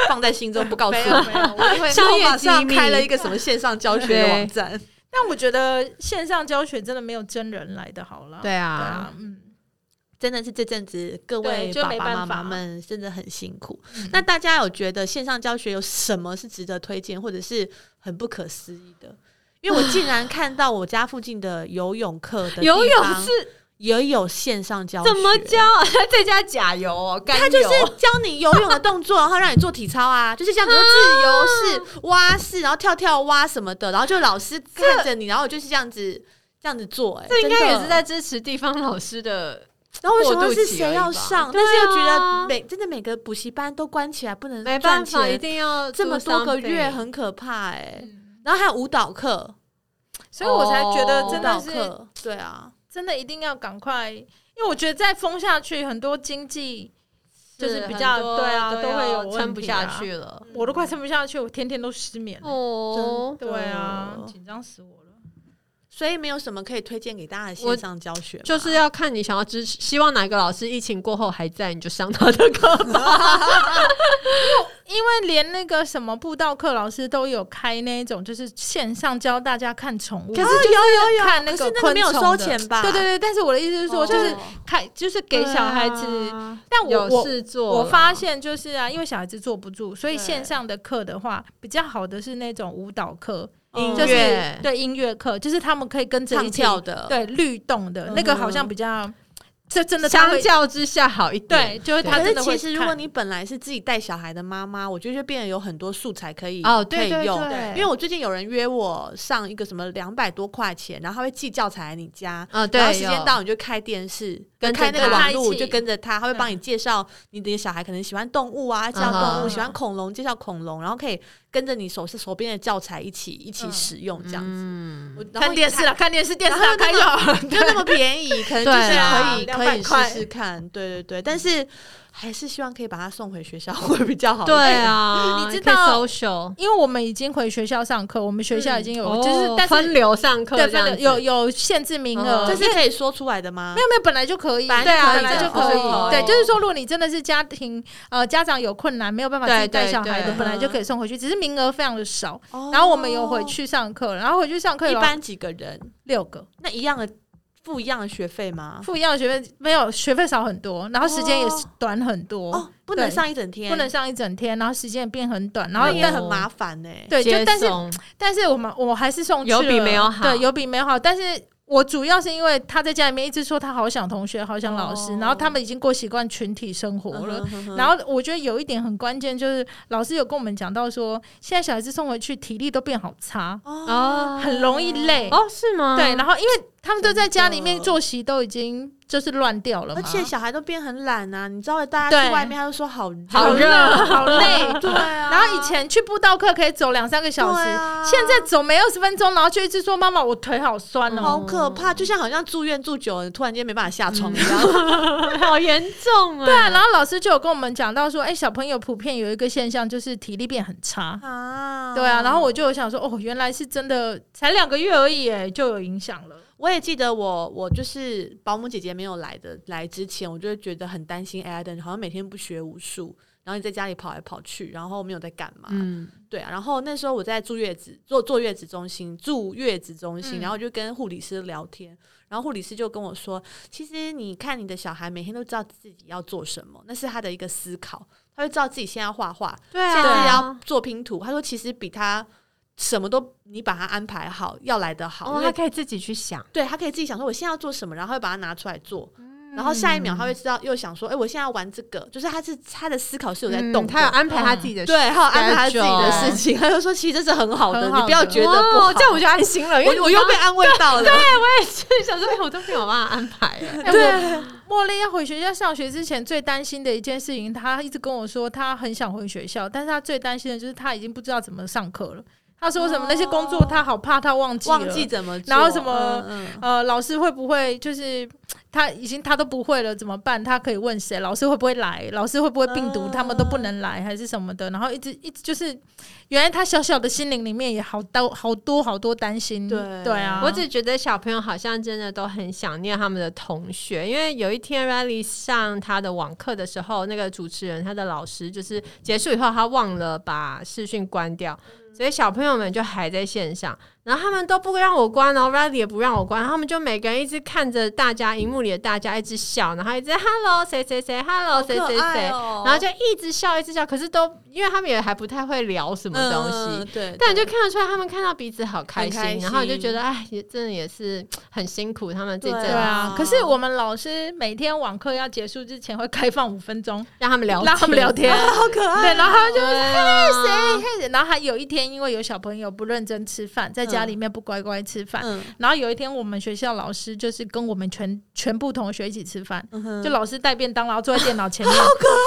S5: 放在心中不告诉
S3: 没有
S5: 我？
S3: 没有，我 会
S5: 像
S4: 商
S5: 我
S4: 业
S5: 马上
S4: 机密
S5: 开了一个什么线上教学的网站，
S3: 但我觉得线上教学真的没有真人来的好了。
S4: 对啊
S3: 啊，嗯，
S5: 真的是这阵子各位
S3: 对就
S5: 爸
S3: 没
S5: 爸
S3: 办
S5: 妈妈
S3: 法
S5: 们真的很辛苦。
S3: 嗯
S5: 那大家有觉得线上教学有什么是值得推荐，或者是很不可思议的？因为我竟然看到我家附近的 游泳课的地
S4: 游泳
S5: 方
S4: 是
S5: 也有线上教学，
S4: 怎么教？ 啊？这家假游哦，干
S5: 他就是
S4: 游
S5: 教你游泳的动作，然后让你做体操 啊，就是像比如自由式、蛙式，然后跳跳蛙什么的，然后就老师看着你，然后就是这样子这样子做、哎，
S4: 这应该
S5: 真的
S4: 也是在。支持地方老师的，
S5: 然后我想
S4: 过渡
S5: 说是
S4: 期
S5: 谁
S4: 而已
S5: 要
S4: 吧
S5: 上，
S4: 对
S5: 但
S4: 啊
S5: 是又觉得每真的每个补习班都关起来，不 能
S4: 没
S5: 赚
S4: 办法，一
S5: 钱，
S4: 定要
S5: 这么
S4: do
S5: 多个
S4: something 嗯
S5: 月很可怕哎、然后还有舞蹈课，
S3: 所以我才觉得
S4: 哦
S5: 舞
S3: 真
S5: 蹈
S3: 的是、
S5: 课，对啊，
S3: 真的一定要赶快，因为我觉得再封下去，很多经济就是比较
S4: 很多
S3: 对啊，
S4: 都
S3: 都会
S4: 要
S3: 有
S4: 撑不下
S3: 去。
S4: 去了。
S3: 我都快撑不下去，我天天都失眠。
S4: 哦，
S5: 真的
S3: 对啊，紧张死我了。
S5: 所以没有什么可以推荐给大家的
S4: 我
S5: 线上教学吗，
S4: 就是要看你想要支持，希望哪个老师疫情过后还在，你就上他的课吧。
S3: 因为连那个什么布道课老师都有开那一种，就是线上教大家看宠物，啊
S4: 可是
S3: 就是
S5: 有有有
S3: 看那
S5: 可
S3: 个
S5: 是那个没有
S3: 昆虫
S5: 收
S3: 的
S5: 钱吧？
S3: 对对对，但是我的意思是说，就是
S5: 哦
S3: 开，就是给小孩子。
S4: 对啊
S3: 但我
S4: 有
S3: 我
S4: 事做
S3: 我
S4: 了，
S3: 发现就是啊，因为小孩子坐不住，所以
S5: 对
S3: 线上的课的话，比较好的是那种舞蹈课，
S5: 音
S3: 就是
S4: 乐
S3: 对音乐课，就是他们可以跟着
S5: 哦唱
S3: 一起
S5: 跳的，
S3: 对律动的、那
S5: 嗯
S3: 个，
S5: 哼
S3: 好像比较这真的他
S4: 相
S3: 会
S4: 较之下好一点。
S3: 对，就是
S4: 对
S3: 他
S5: 可
S3: 真
S5: 是
S3: 的会
S5: 其实，如果
S3: 看
S5: 你本来是自己带小孩的妈妈，我觉得就变得有很多素材可以
S4: 哦，
S5: 可
S4: 对
S5: 以
S4: 对
S5: 用。
S4: 对，
S5: 因为我最近有人约我上一个什么两百多块钱，然后他会寄教材来你家，
S4: 啊，
S5: 然后
S4: 对，
S5: 时
S4: 有
S5: 间到你就开电视，
S4: 跟着
S5: 开那个
S4: 他
S5: 网
S3: 一
S5: 络
S3: 起
S5: 就跟着他，他会帮你介绍你的小孩可能喜欢动物啊，介绍动物，
S3: 嗯
S5: 喜欢恐龙介绍恐龙，然后可以跟着你手是手边的教材一起一起使用这样子。
S4: 嗯
S5: 我然后
S3: 看电视
S5: 一
S3: 了，看电视，电视
S5: 然后
S3: 打开就好了。
S5: 看，又那么便宜，可能就
S4: 对啊
S5: 是可以可以
S3: 200块
S5: 试试看，对对对，但是还是希望可以把它送回学校会比较好一点。
S4: 对啊，
S3: 你知
S4: 可以
S3: 道
S5: 哦
S4: social，
S3: 因为我们已经回学校上课，我们学校已经有，
S5: 嗯
S4: 哦
S3: 就是但
S4: 分
S3: 是
S4: 流上课
S3: 对
S4: 这样
S3: 分
S4: 子，
S3: 流有有限制名额，
S4: 嗯
S5: 这
S3: 就是
S5: 可以说出来的吗？
S3: 没有没有，本来就可以，
S5: 本来就
S3: 对啊，
S5: 可以
S3: 本来就
S5: 的
S3: 可以
S5: 哦，
S3: 对，就是说，如果你真的是家庭呃家长有困难，没有办法自己
S4: 对对
S3: 带小孩的，
S4: 对
S3: 本来就可以送回去，只是名额非常的少。
S5: 哦
S3: 然后我们有回去上课，然后回去上课
S5: 一
S3: 有
S5: 般几个人，
S3: 六个，
S5: 那一样的付一样的学费吗？
S3: 付一样的学费没有学费少很多，然后时间也是短很多
S5: 哦，，不能
S3: 对
S5: 上一整天，
S3: 不能上一整天，然后时间也变很短，然后
S5: 那
S4: 哦
S5: 也
S3: 但
S5: 很麻烦欸呢。
S3: 对，就
S4: 接
S3: 但是
S4: 送
S3: 但是我们我还是送去
S4: 有
S3: 了
S4: 比没有好
S3: 对，有比没有好。但是我主要是因为他在家里面一直说他好想同学，好想老师，
S5: 哦
S3: 然后他们已经过习惯群体生活了。
S5: 嗯哼，
S3: 然后我觉得有一点很关键，就是老师有跟我们讲到说，现在小孩子送回去体力都变好差，
S5: 嗯哼
S4: 哦
S3: 很容易累。
S4: 哦，是吗？
S3: 对，然后因为他们都在家里面
S5: 真的
S3: 作息都已经就是乱掉了嘛，
S5: 而且小孩都变很懒啊，你知道大家去
S3: 对
S5: 外面，他就说好热
S4: 好热
S3: 好累。
S5: 对啊。
S3: 然后以前去步道课可以走两三个小时，
S5: 对啊
S3: 现在走没二十分钟，然后就一直说妈妈我腿好酸哦，
S5: 好可怕，就像好像住院住久了，突然间没办法下床一样。
S4: 好严重啊！
S3: 对啊，然后老师就有跟我们讲到说，哎、小朋友普遍有一个现象就是体力变很差。
S5: 啊
S3: 对啊，然后我就有想说，哦，原来是真的，才两个月而已，哎，就有影响了。
S5: 我也记得我我就是保姆姐姐没有来的来之前，我就会觉得很担心 Adam 好像每天不学无术，然后你在家里跑来跑去，然后没有在干嘛。
S4: 嗯，
S5: 对啊，然后那时候我在住月子，坐坐月子中心，住月子中心，
S3: 嗯
S5: 然后我就跟护理师聊天，然后护理师就跟我说，其实你看你的小孩每天都知道自己要做什么，那是他的一个思考，他会知道自己现在要画画，
S4: 对
S5: 现在要
S4: 啊，
S5: 做拼图。他说其实比他什么都你把他安排好要来得好，
S4: 哦，
S5: 因
S4: 他
S5: 为
S4: 可以自己去想，
S5: 对他可以自己想说我现在要做什么，然后会把它拿出来做。
S4: 嗯
S1: 然后下一秒他会知道，又想说，哎、我现在要玩这个，就是他是他的思考是有在
S4: 嗯
S1: 动的、
S4: 他有安排他自己的
S1: 对，还有安排他自己的
S4: schedule
S1: 事情，他 就说其实这是很好的，
S3: 很好的
S1: 你不要觉得不好，
S4: 哦这样我就安心了，因为
S1: 我我又被
S4: 被
S1: 安慰到了，
S4: 我也是 想说，哎，我都没有办法安排啊了。
S3: 哎我茉莉要回学校上学之前，最担心的一件事情，她一直跟我说，她很想回学校，但是她最担心的就是她已经不知道怎么上课了。她说什么、
S1: 哦
S3: 那些工作，她好怕她忘记了
S1: 忘记怎么做，
S3: 然后什么
S1: 嗯嗯
S3: 呃，老师会不会就是他已经他都不会了怎么办？他可以问谁？老师会不会来？老师会不会病毒？
S1: 嗯
S3: 他们都不能来还是什么的？然后一直一直就是，原来他小小的心灵里面也好多好多好多担心。
S1: 对
S3: 对啊，
S4: 我只觉得小朋友好像真的都很想念他们的同学，因为有一天 Riley 上他的网课的时候，那个主持人他的老师就是结束以后，他忘了把视讯关掉，所以小朋友们就还在线上，然后他们都不让我关，然后 Riley 也不让我关，然后他们就每个人一直看着大家荧幕里的大家一直笑，然后一直 Hello 谁谁谁 Hello 谁谁
S1: 可
S4: 谁
S1: 爱，哦
S4: 然后就一直笑一直笑，可是都因为他们也还不太会聊什么东西，
S1: 嗯对，
S4: 但你
S1: 对
S4: 就看得出来，他们看到彼此好开心，
S1: 很开心
S4: 然后你就觉得，哎，也真的也是很辛苦，他们这阵
S1: 对
S3: 对啊
S1: 啊。
S3: 可是我们老师每天网课要结束之前会开放五分钟，
S4: 让他们聊，
S3: 让他们聊 天。
S1: 好可爱，
S3: 对，然后他们就
S4: 对啊，
S3: 谁开始，然后还有一天，因为有小朋友不认真吃饭，在家里面不乖乖吃饭，
S1: 嗯
S3: 然后有一天，我们学校老师就是跟我们全全部同学一起吃饭，
S1: 嗯哼
S3: 就老师带便当，然后坐在电脑前面，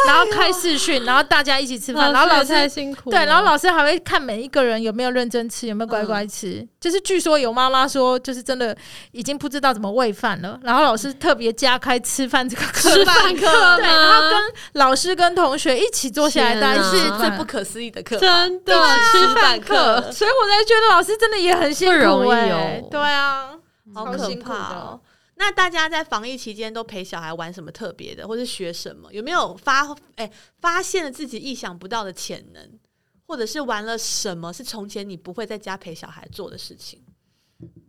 S3: 然后
S4: 哦
S3: 开视讯，然后大家一起吃饭，然后老
S4: 太
S3: 师。
S4: 辛苦了，嗯
S3: 对，然后老师还会看每一个人有没有认真吃，有没有乖乖吃。就是据说有妈妈说，就是真的已经不知道怎么喂饭了。然后老师特别加开吃饭这个课，
S4: 吃饭课
S3: 对，然后
S4: 吗？
S3: 跟老师跟同学一起坐下来，
S4: 天
S3: 大家
S4: 哪
S3: 一起
S1: 是
S3: 吃
S1: 最
S3: 饭
S1: 不可思议的课，
S4: 真的
S1: 一起
S4: 吃
S1: 吃
S4: 饭
S1: 饭课
S4: 课，
S3: 所以我才觉得老师真的也很辛苦、
S4: 不
S3: 欸，
S4: 容易哦
S3: 对啊，
S1: 好
S3: 超
S1: 可
S3: 辛苦
S1: 怕
S3: 的
S1: 哦。那大家在防疫期间都陪小孩玩什么特别的，或是学什么？有没有发哎、发现了自己意想不到的潜能，或者是玩了什么是从前你不会在家陪小孩做的事情？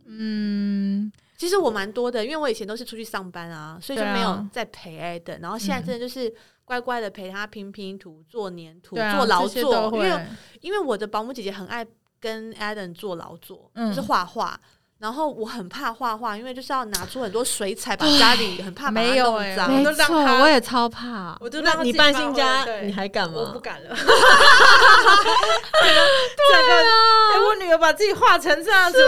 S3: 嗯。
S1: 其实我蛮多的，因为我以前都是出去上班啊，所以就
S3: 对啊嗯
S1: 没有在陪爱的。然后现在真的就是乖乖的陪他拼拼图、做粘土、
S3: 对啊
S1: 做劳
S3: 这些都
S1: 作，因
S3: 会
S1: 为因为我的保姆姐姐很爱跟 Adam 做劳作，
S3: 嗯
S1: 就是画画。然后我很怕画画，因为就是要拿出很多水彩，把家里很怕把它
S3: 没有
S1: 弄
S3: 欸
S1: 脏。
S3: 我
S4: 没
S3: 都让
S4: 错，
S3: 他
S4: 我也超怕。
S3: 我就让
S4: 那
S3: 他
S4: 你
S3: 自己
S4: 搬
S3: 发
S4: 新
S3: 挥
S4: 家，
S3: 对
S4: 你还敢
S3: 我不
S4: 吗？
S3: 敢了。 整个整个，
S4: 啊
S3: 哎、我女儿把自己画成这样子，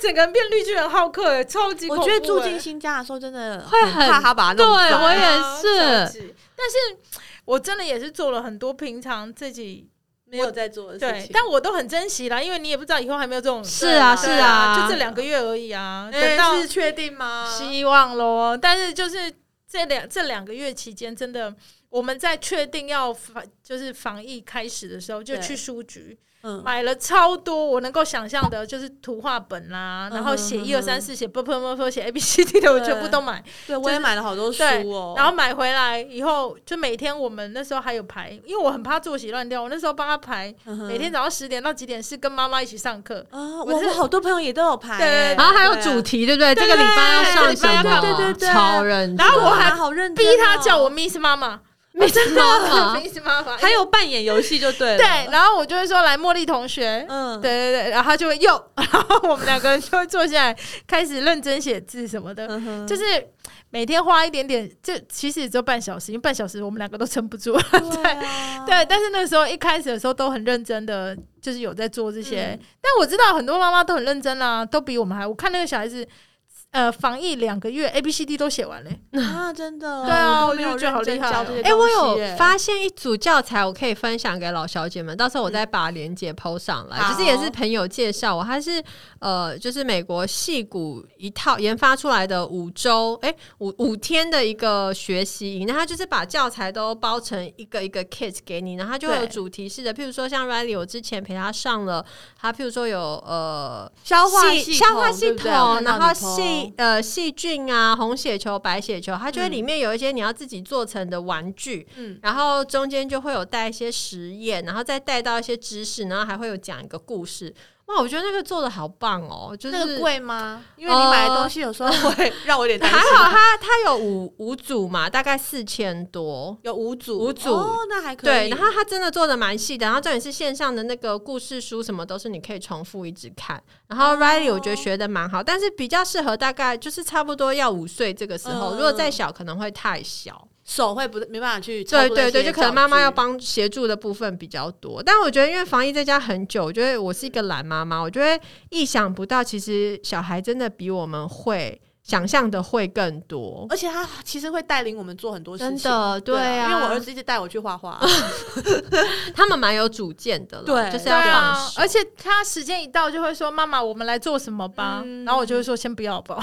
S3: 整个人变绿巨人浩克、哎，超级
S1: 我
S3: 恐
S1: 觉得
S3: 怖
S1: 住
S3: 哎
S1: 进新家的时候真的
S4: 会很
S1: 很怕他把它弄
S4: 对
S1: 脏。
S4: 我
S3: 对啊
S4: 也是
S3: 超级但是我真的也是做了很多平常自己
S1: 没有在做的事
S3: 对
S1: 情，，
S3: 但我都很珍惜啦，因为你也不知道以后还没有这种
S4: 是啊，是
S3: 对
S4: 啊，
S3: 就这两个月而已啊，等到
S1: 但是确定吗？
S3: 希望喽。但是就是这两这两个月期间，真的我们在确定要防就是防疫开始的时候，就
S1: 对
S3: 去书局
S1: 嗯，
S3: 买了超多我能够想象的，就是图画本啦、
S1: 嗯
S3: 然后写
S1: 嗯
S3: 一二三四，写 b p m p 写 a b c d 的，我全部都买。
S1: 对我也买了好多书哦。
S3: 然后买回来以后，就每天我们那时候还有排，因为我很怕作息乱掉，我那时候帮他排，
S1: 嗯哼
S3: 每天早上十点到几点是跟妈妈一起上课。
S1: 啊，
S3: 我
S1: 我
S3: 是
S1: 我好多朋友也都有排
S3: 对
S1: 欸，
S4: 然后还有
S1: 对啊
S4: 主题，对不对？这个礼拜要上什么？
S3: 对
S1: 对对
S4: 超认真。
S3: 然后我还
S1: 哇好认
S3: 啊逼
S1: 真哦
S3: 他叫我 Miss 妈妈
S4: 没 真的，
S3: ，Miss 妈妈，
S1: 还有扮演游戏就对了。
S3: 对，，然后我就会说来茉莉同学，
S1: 嗯，
S3: 对对对，然后他就会又， 然后我们两个人就会坐下来开始认真写字什么的，
S1: 嗯哼，
S3: 就是每天花一点点，这其实也只有半小时，因为半小时我们两个都撑不住。
S1: 对啊
S3: 对，但是那时候一开始的时候都很认真的，就是有在做这些。
S1: 嗯
S3: 但我知道很多妈妈都很认真啦、都比我们还。我看那个小孩子，呃，防疫两个月，A B C D 都写完了、
S1: 啊，真的，
S3: 对啊
S1: 都没有
S3: 我就觉得好
S1: 认真
S3: 厉害哦
S1: 教这些
S3: 哎
S1: 东西耶。
S4: 哎、我有发现一组教材，我可以分享给老小姐们。到时候我再把链接 PO 上
S1: 嗯
S4: 来，
S1: 好
S4: 就是也是朋友介绍我，它是呃，就是美国戏骨一套研发出来的五周，哎、五五天的一个学习营。那它就是把教材都包成一个一个 kit 给你，然后它就会有
S3: 对
S4: 主题式的，譬如说像 Riley，我之前陪他上了，他譬如说有呃
S1: 消化
S4: 系
S1: 系
S4: 消化系
S1: 统，对不对我
S4: 统，
S1: 看
S4: 然
S1: 到
S4: 后
S1: 你 po
S4: 细呃细菌啊，红血球、白血球，它就会
S1: 嗯
S4: 里面有一些你要自己做成的玩具，
S1: 嗯
S4: 然后中间就会有带一些实验，然后再带到一些知识，然后还会有讲一个故事。哇，我觉得那个做的好棒哦，就是哦
S5: 那个贵吗？因为你买的东西有时候 会让我有点担
S4: 还
S5: 心。
S4: 好它它有五五组嘛，大概四千多。
S5: 有五组，
S4: 五组
S5: 哦，那还可以。
S4: 对，然后它真的做的蛮细的，然后重点是线上的那个故事书什么都是你可以重复一直看。然后 Riley 我觉得学的蛮好，但是比较适合大概就是差不多要五岁这个时候，
S5: 嗯
S4: 如果再小可能会太小。
S5: 手会不没办法去操
S4: 对
S5: 作
S4: 对
S5: 那些
S4: 对，就可能妈妈
S5: 教具
S4: 要帮协助的部分比较多。但我觉得因为防疫在家很久，我觉得我是一个懒妈妈，我觉得意想不到，其实小孩真的比我们会想象的会更多。
S5: 而且他其实会带领我们做很多事情，
S4: 真的
S5: 对
S4: 对啊
S5: 因为我儿子一直带我去 画画，
S4: 他们蛮有主见的啦，
S5: 对
S4: 就是
S3: 对
S4: 要放
S3: 啊
S4: 手，。
S3: 而且他时间一到就会说：“妈妈，我们来做什么吧。
S5: 嗯
S3: 然后我就会说：“先不要吧。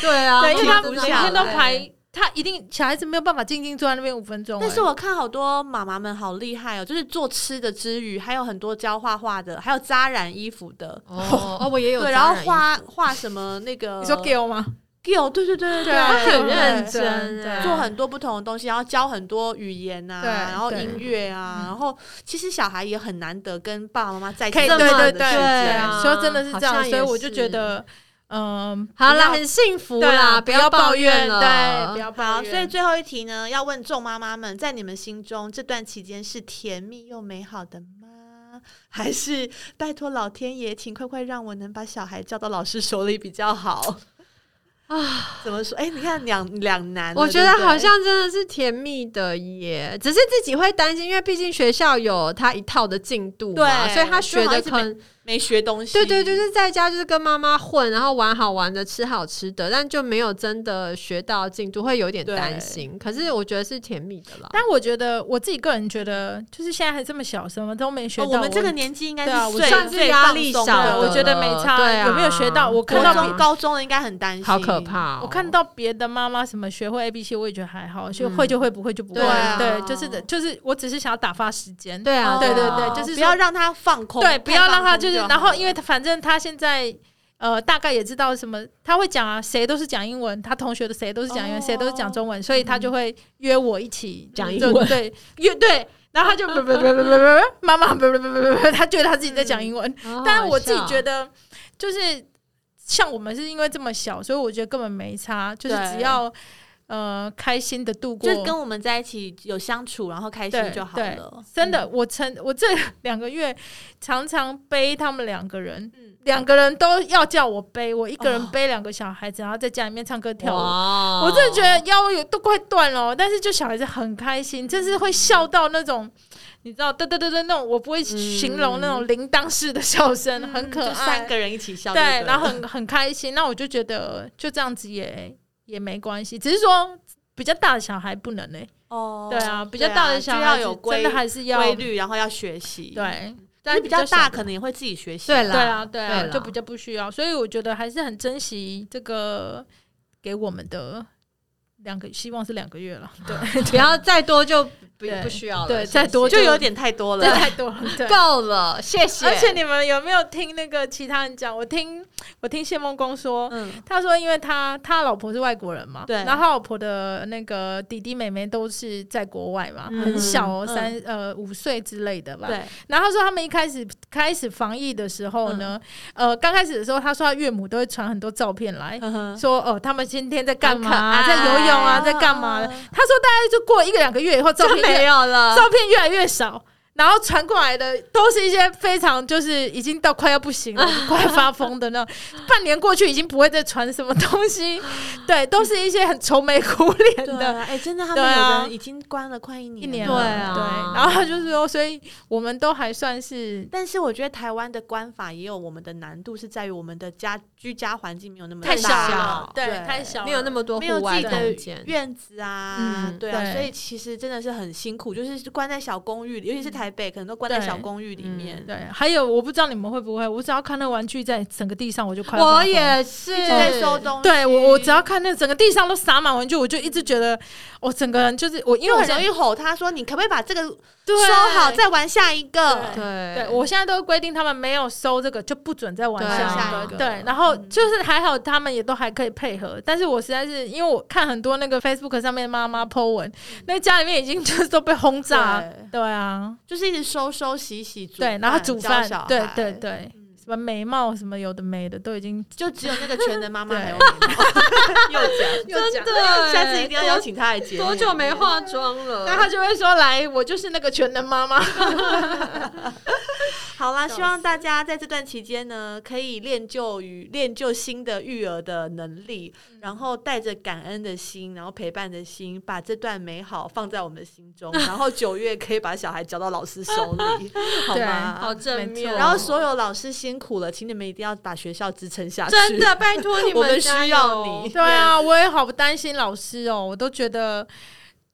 S4: 对啊，
S3: 对，因为他
S5: 停
S3: 每
S5: 不下
S3: 天都
S5: 来
S3: 排，他一定小孩子没有办法静静坐在那边五分钟、
S5: 但是
S3: 哎
S5: 我看好多妈妈们好厉害哦，就是做吃的之余，还有很多教画画的，还有扎染衣服的，
S4: 哦哦，我也有
S5: 对，
S4: 扎
S5: 然后
S4: 染衣
S5: 画画什么那个，
S3: 你说 Gill 吗？
S5: Gill，对对对对
S4: 他
S3: 对
S4: 很
S3: 对
S4: 认
S3: 对
S4: 真
S3: 对
S4: 哎
S5: 做很多不同的东西，然后教很多语言啊，
S3: 对
S5: 然后
S3: 对
S5: 音乐啊，
S4: 嗯
S5: 然后其实小孩也很难得跟爸爸妈妈在一起
S3: 可以
S5: 这么
S3: 对
S5: 长
S3: 对
S5: 的
S3: 对
S5: 时
S4: 对
S5: 间
S4: 啊
S3: 说真的是这
S4: 好
S3: 样，
S4: 像
S3: 所以
S4: 也
S3: 我就是觉得，嗯，
S4: 好啦，
S3: 不要
S4: 很幸福
S3: 对
S4: 啦，
S3: 啦，
S4: 不
S3: 要
S4: 抱怨
S3: 了，对，不
S4: 了。
S3: 要抱
S5: 好，
S3: 怨。
S5: 所以最后一题呢，要问众妈妈们，在你们心中这段期间是甜蜜又美好的吗？ 还是拜托老天爷，请快快让我能把小孩交到老师手里比较好啊？怎么说？哎、你看两两难了，
S4: 我觉得
S5: 对不对
S4: 好像真的是甜蜜的耶，只是自己会担心，因为毕竟学校有他一套的进度嘛，
S5: 对
S4: 所以他学的
S5: 就
S4: 可
S5: 好像
S4: 能
S5: 没学东西，
S4: 对对，就是在家就是跟妈妈混，然后玩好玩的，吃好吃的，但就没有真的学到进度，会有点
S5: 对
S4: 担心。可是我觉得是甜蜜的啦。
S3: 但我觉得我自己个人觉得，就是现在还这么小，什么都没学
S5: 哦
S3: 到。
S5: 我们这个年纪应该
S3: 对啊我
S5: 是最
S4: 算是
S5: 最
S4: 压
S5: 放
S4: 力
S5: 松
S4: 小
S5: 的
S4: 了，
S3: 对我觉得没差
S4: 对啊
S3: 有没有学到我
S5: 国
S3: 看到
S5: 中
S3: 比
S5: 高中的应该很担心，
S4: 好可。怕、哦，
S3: 我看到别的妈妈什么学会 A B C，我也觉得还好，就会就会，不会就不会。
S4: 对啊
S3: 对，就是的，就是我只是想要打发时间。
S4: 对啊，
S5: 哦
S3: 对对
S4: 啊
S3: 对就是
S5: 不
S3: 说
S5: 要让他放空，
S3: 对，不要让他
S5: 他
S3: 就是，然后因为他反正他现在呃大概也知道什么，他会讲啊，谁都是讲英文，他同学的谁都是讲英文，
S5: 哦
S3: 谁都是讲中文，所以他就会约我一起
S4: 讲
S3: 就
S4: 英文
S3: 对，约对。然后他就不不不不不不，妈妈不不不不不，他觉得他自己在讲英文，
S4: 哦
S3: 但我自己觉
S4: 好
S3: 得，就是像我们是因为这么小，所以我觉得根本没差，就是
S5: 对
S3: 只要呃开心的度过。
S5: 就跟我们在一起有相处，然后开
S3: 对
S5: 心就好
S3: 对
S5: 了。
S3: 真的，我曾我这两个月常常背他们两个人，
S5: 嗯
S3: 两个人都要叫我背，我一个人
S5: 哦
S3: 背两个小孩子，然后在家里面唱歌跳舞。
S4: 哇
S3: 我真的觉得腰有都快断了哦，但是就小孩子很开
S5: 嗯
S3: 心，真是会笑到那种，你知道，对对对对，那种我不会形容那种铃铛式的笑声，
S5: 嗯
S3: 很可
S5: 就
S3: 爱。
S5: 三个人一起笑就了，
S3: 对，然后很很开心。那我就觉得就这样子也也没关系，只是说比较大的小孩不能呢、
S5: 哦，
S3: 对啊，比较大的小
S5: 就
S3: 孩
S5: 要
S3: 子
S5: 有
S3: 真
S5: 规
S3: 的还是要
S5: 规律，然后要学习。，
S3: 对，
S5: 但是比较大
S3: 小
S5: 可能也会自己学习。
S4: 对啦
S3: 对啦对啦，
S4: 对啦
S3: 就比较不需要。所以我觉得还是很珍惜这个给我们的两个，希望是两个月了。对
S4: 不要再多就不
S3: 对
S4: 不需要了，
S3: 对，
S4: 谢谢
S3: 再多
S5: 就有点太多
S3: 这
S5: 了。
S3: 太多了。 对。
S4: 够了，谢谢。
S3: 而且你们有没有听那个其他人讲？我听我听谢梦工说，
S5: 嗯，
S3: 他说，因为他他老婆是外国人嘛，
S5: 对
S3: 然后他老婆的那个弟弟妹妹都是在国外嘛，
S4: 嗯
S3: 很小哦，
S5: 嗯
S3: 三呃五岁之类的吧。
S5: 对，
S3: 然后他说他们一开始开始防疫的时候呢，呃，刚开始的时候，他说他岳母都会传很多照片来。
S5: 嗯
S3: 说哦，他们今天在干嘛、
S4: 很可
S3: 在
S4: 爱
S3: 游泳啊，在干嘛？他说大概就过一个两个月以后，照
S4: 就
S3: 片越
S4: 没有了，
S3: 照片越来越少，然后传过来的都是一些非常就是已经到快要不行了、快发疯的那种。半年过去，已经不会再传什么东西，对，都是一些很愁眉苦脸
S5: 对
S3: 的。
S5: 啊，哎，真的，他
S3: 对
S5: 们有
S3: 啊
S5: 的人已经关了快一年，
S3: 一年
S4: 对
S3: 了，
S4: 啊
S3: 对，然后他就是说，所以我们都还算是
S5: 但是我觉得台湾的官法也有我们的难度，是在于我们的家居家环境没有那么
S3: 太
S5: 大
S3: 小
S4: 了
S3: 对，太小了，
S4: 没有那么多
S5: 没有
S4: 户
S5: 自
S4: 外
S5: 己
S4: 空
S5: 的
S4: 间。
S5: 院子啊，
S4: 嗯
S5: 对啊，
S3: 对
S5: 所以其实真的是很辛苦，就是关在小公寓里，尤其是台北，可能都关在
S3: 嗯对
S5: 小公寓里
S4: 嗯
S5: 面。
S3: 对。还有，我不知道你们会不会，我只要看那玩具在整个地上，我就快要发
S4: 我
S3: 疯
S4: 也是，
S5: 一直在收东西，
S3: 对我，我只要看那整个地上都撒满玩具，我就一直觉得我整个人就是我，因为
S5: 就
S3: 我
S5: 很
S3: 现
S5: 容
S3: 在
S5: 易吼他说：“你可不可以把这个
S3: 对
S5: 收好，再玩下一个
S3: 对
S4: 对
S3: 对，我现在都规定他们没有收这个就不准再玩
S4: 对
S3: 下一
S5: 下
S3: 个。
S5: 一个
S3: 对，然
S5: 嗯
S3: 后就是还好他们也都还可以配合，但是我实在是因为我看很多那个 Facebook 上面妈妈 po 文，那家里面已经就是都被轰炸
S5: 嗯对。
S3: 对啊，？”
S5: 就就是一直收收洗洗煮
S3: 对，然后煮
S5: 教
S3: 饭
S5: 小，
S3: 对
S5: 孩嗯
S3: 对，对，什么眉毛什么有的没的都已经
S5: 就只有那个全能妈妈没有
S3: 对
S5: 又讲，
S3: 又讲。
S4: 对
S5: 下次一定要邀请她来节目。
S4: 多久没化妆了？
S3: 那他就会说：“来，我就是那个全能妈妈。
S5: 好啦，希望大家在这段期间呢，可以练就于练就新的育儿的能力，
S3: 嗯
S5: 然后带着感恩的心，然后陪伴的心，把这段美好放在我们的心中， 然后九月可以把小孩交到老师手 里，好吗？
S4: 好正
S3: 没
S4: 面
S3: 错
S4: 哦，
S5: 然后所有老师辛苦了，请你们一定要把学校支撑下去。
S4: 真
S3: 啊
S4: 的拜托你
S5: 我们需
S4: 加油
S5: 要你”
S3: 对啊，我也好不担心老师哦，我都觉得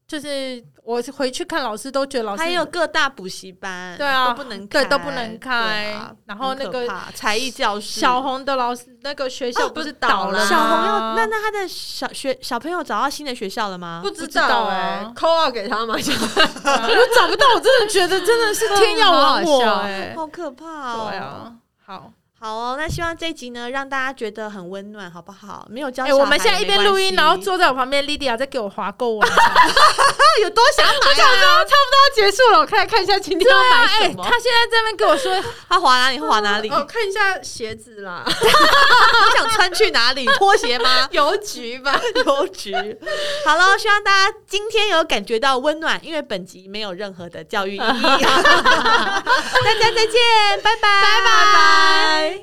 S3: 就是我回去看老师都觉得老师
S5: 还有各大补习班，
S3: 对啊
S5: 都不能
S3: 对
S5: 开
S3: 都不能开
S5: 对啊
S3: 然后
S5: 很
S3: 那
S5: 可
S3: 个
S5: 怕才艺教室，
S3: 小啊红的老师那个学校
S4: 哦
S3: 不是倒了吗？
S5: 小红要 那那他的小学小朋友找到新的学校了吗？
S4: 不知
S3: 不知道
S4: 道哎
S3: 啊
S4: 扣二给他嘛，就
S3: 我找不到，我真的觉得真的是天要亡我
S4: 好好笑
S3: 哎、
S5: 好可怕哦！
S3: 对啊，好，
S5: 好哦，那希望这一集呢，让大家觉得很温暖，好不好？没有教
S3: 哎、
S5: 小孩也没
S3: 我
S5: 关
S3: 们
S5: 系、
S3: 现在一边录音，然后坐在我旁边，Lydia 在给我划购 文，
S4: 有多想买啊？差不多要结束了，我看看一下今天要买
S3: 哎、
S4: 什么。
S3: 他现在在那边跟我说，
S5: 他滑哪里？滑哪里？
S4: 哦，看一下鞋子啦，？
S5: 你想穿去哪里？拖鞋吗
S4: 邮局吧。
S5: 邮局。好了，希望大家今天有感觉到温暖，因为本集没有任 何的教育意义。大家再见，拜拜，拜拜。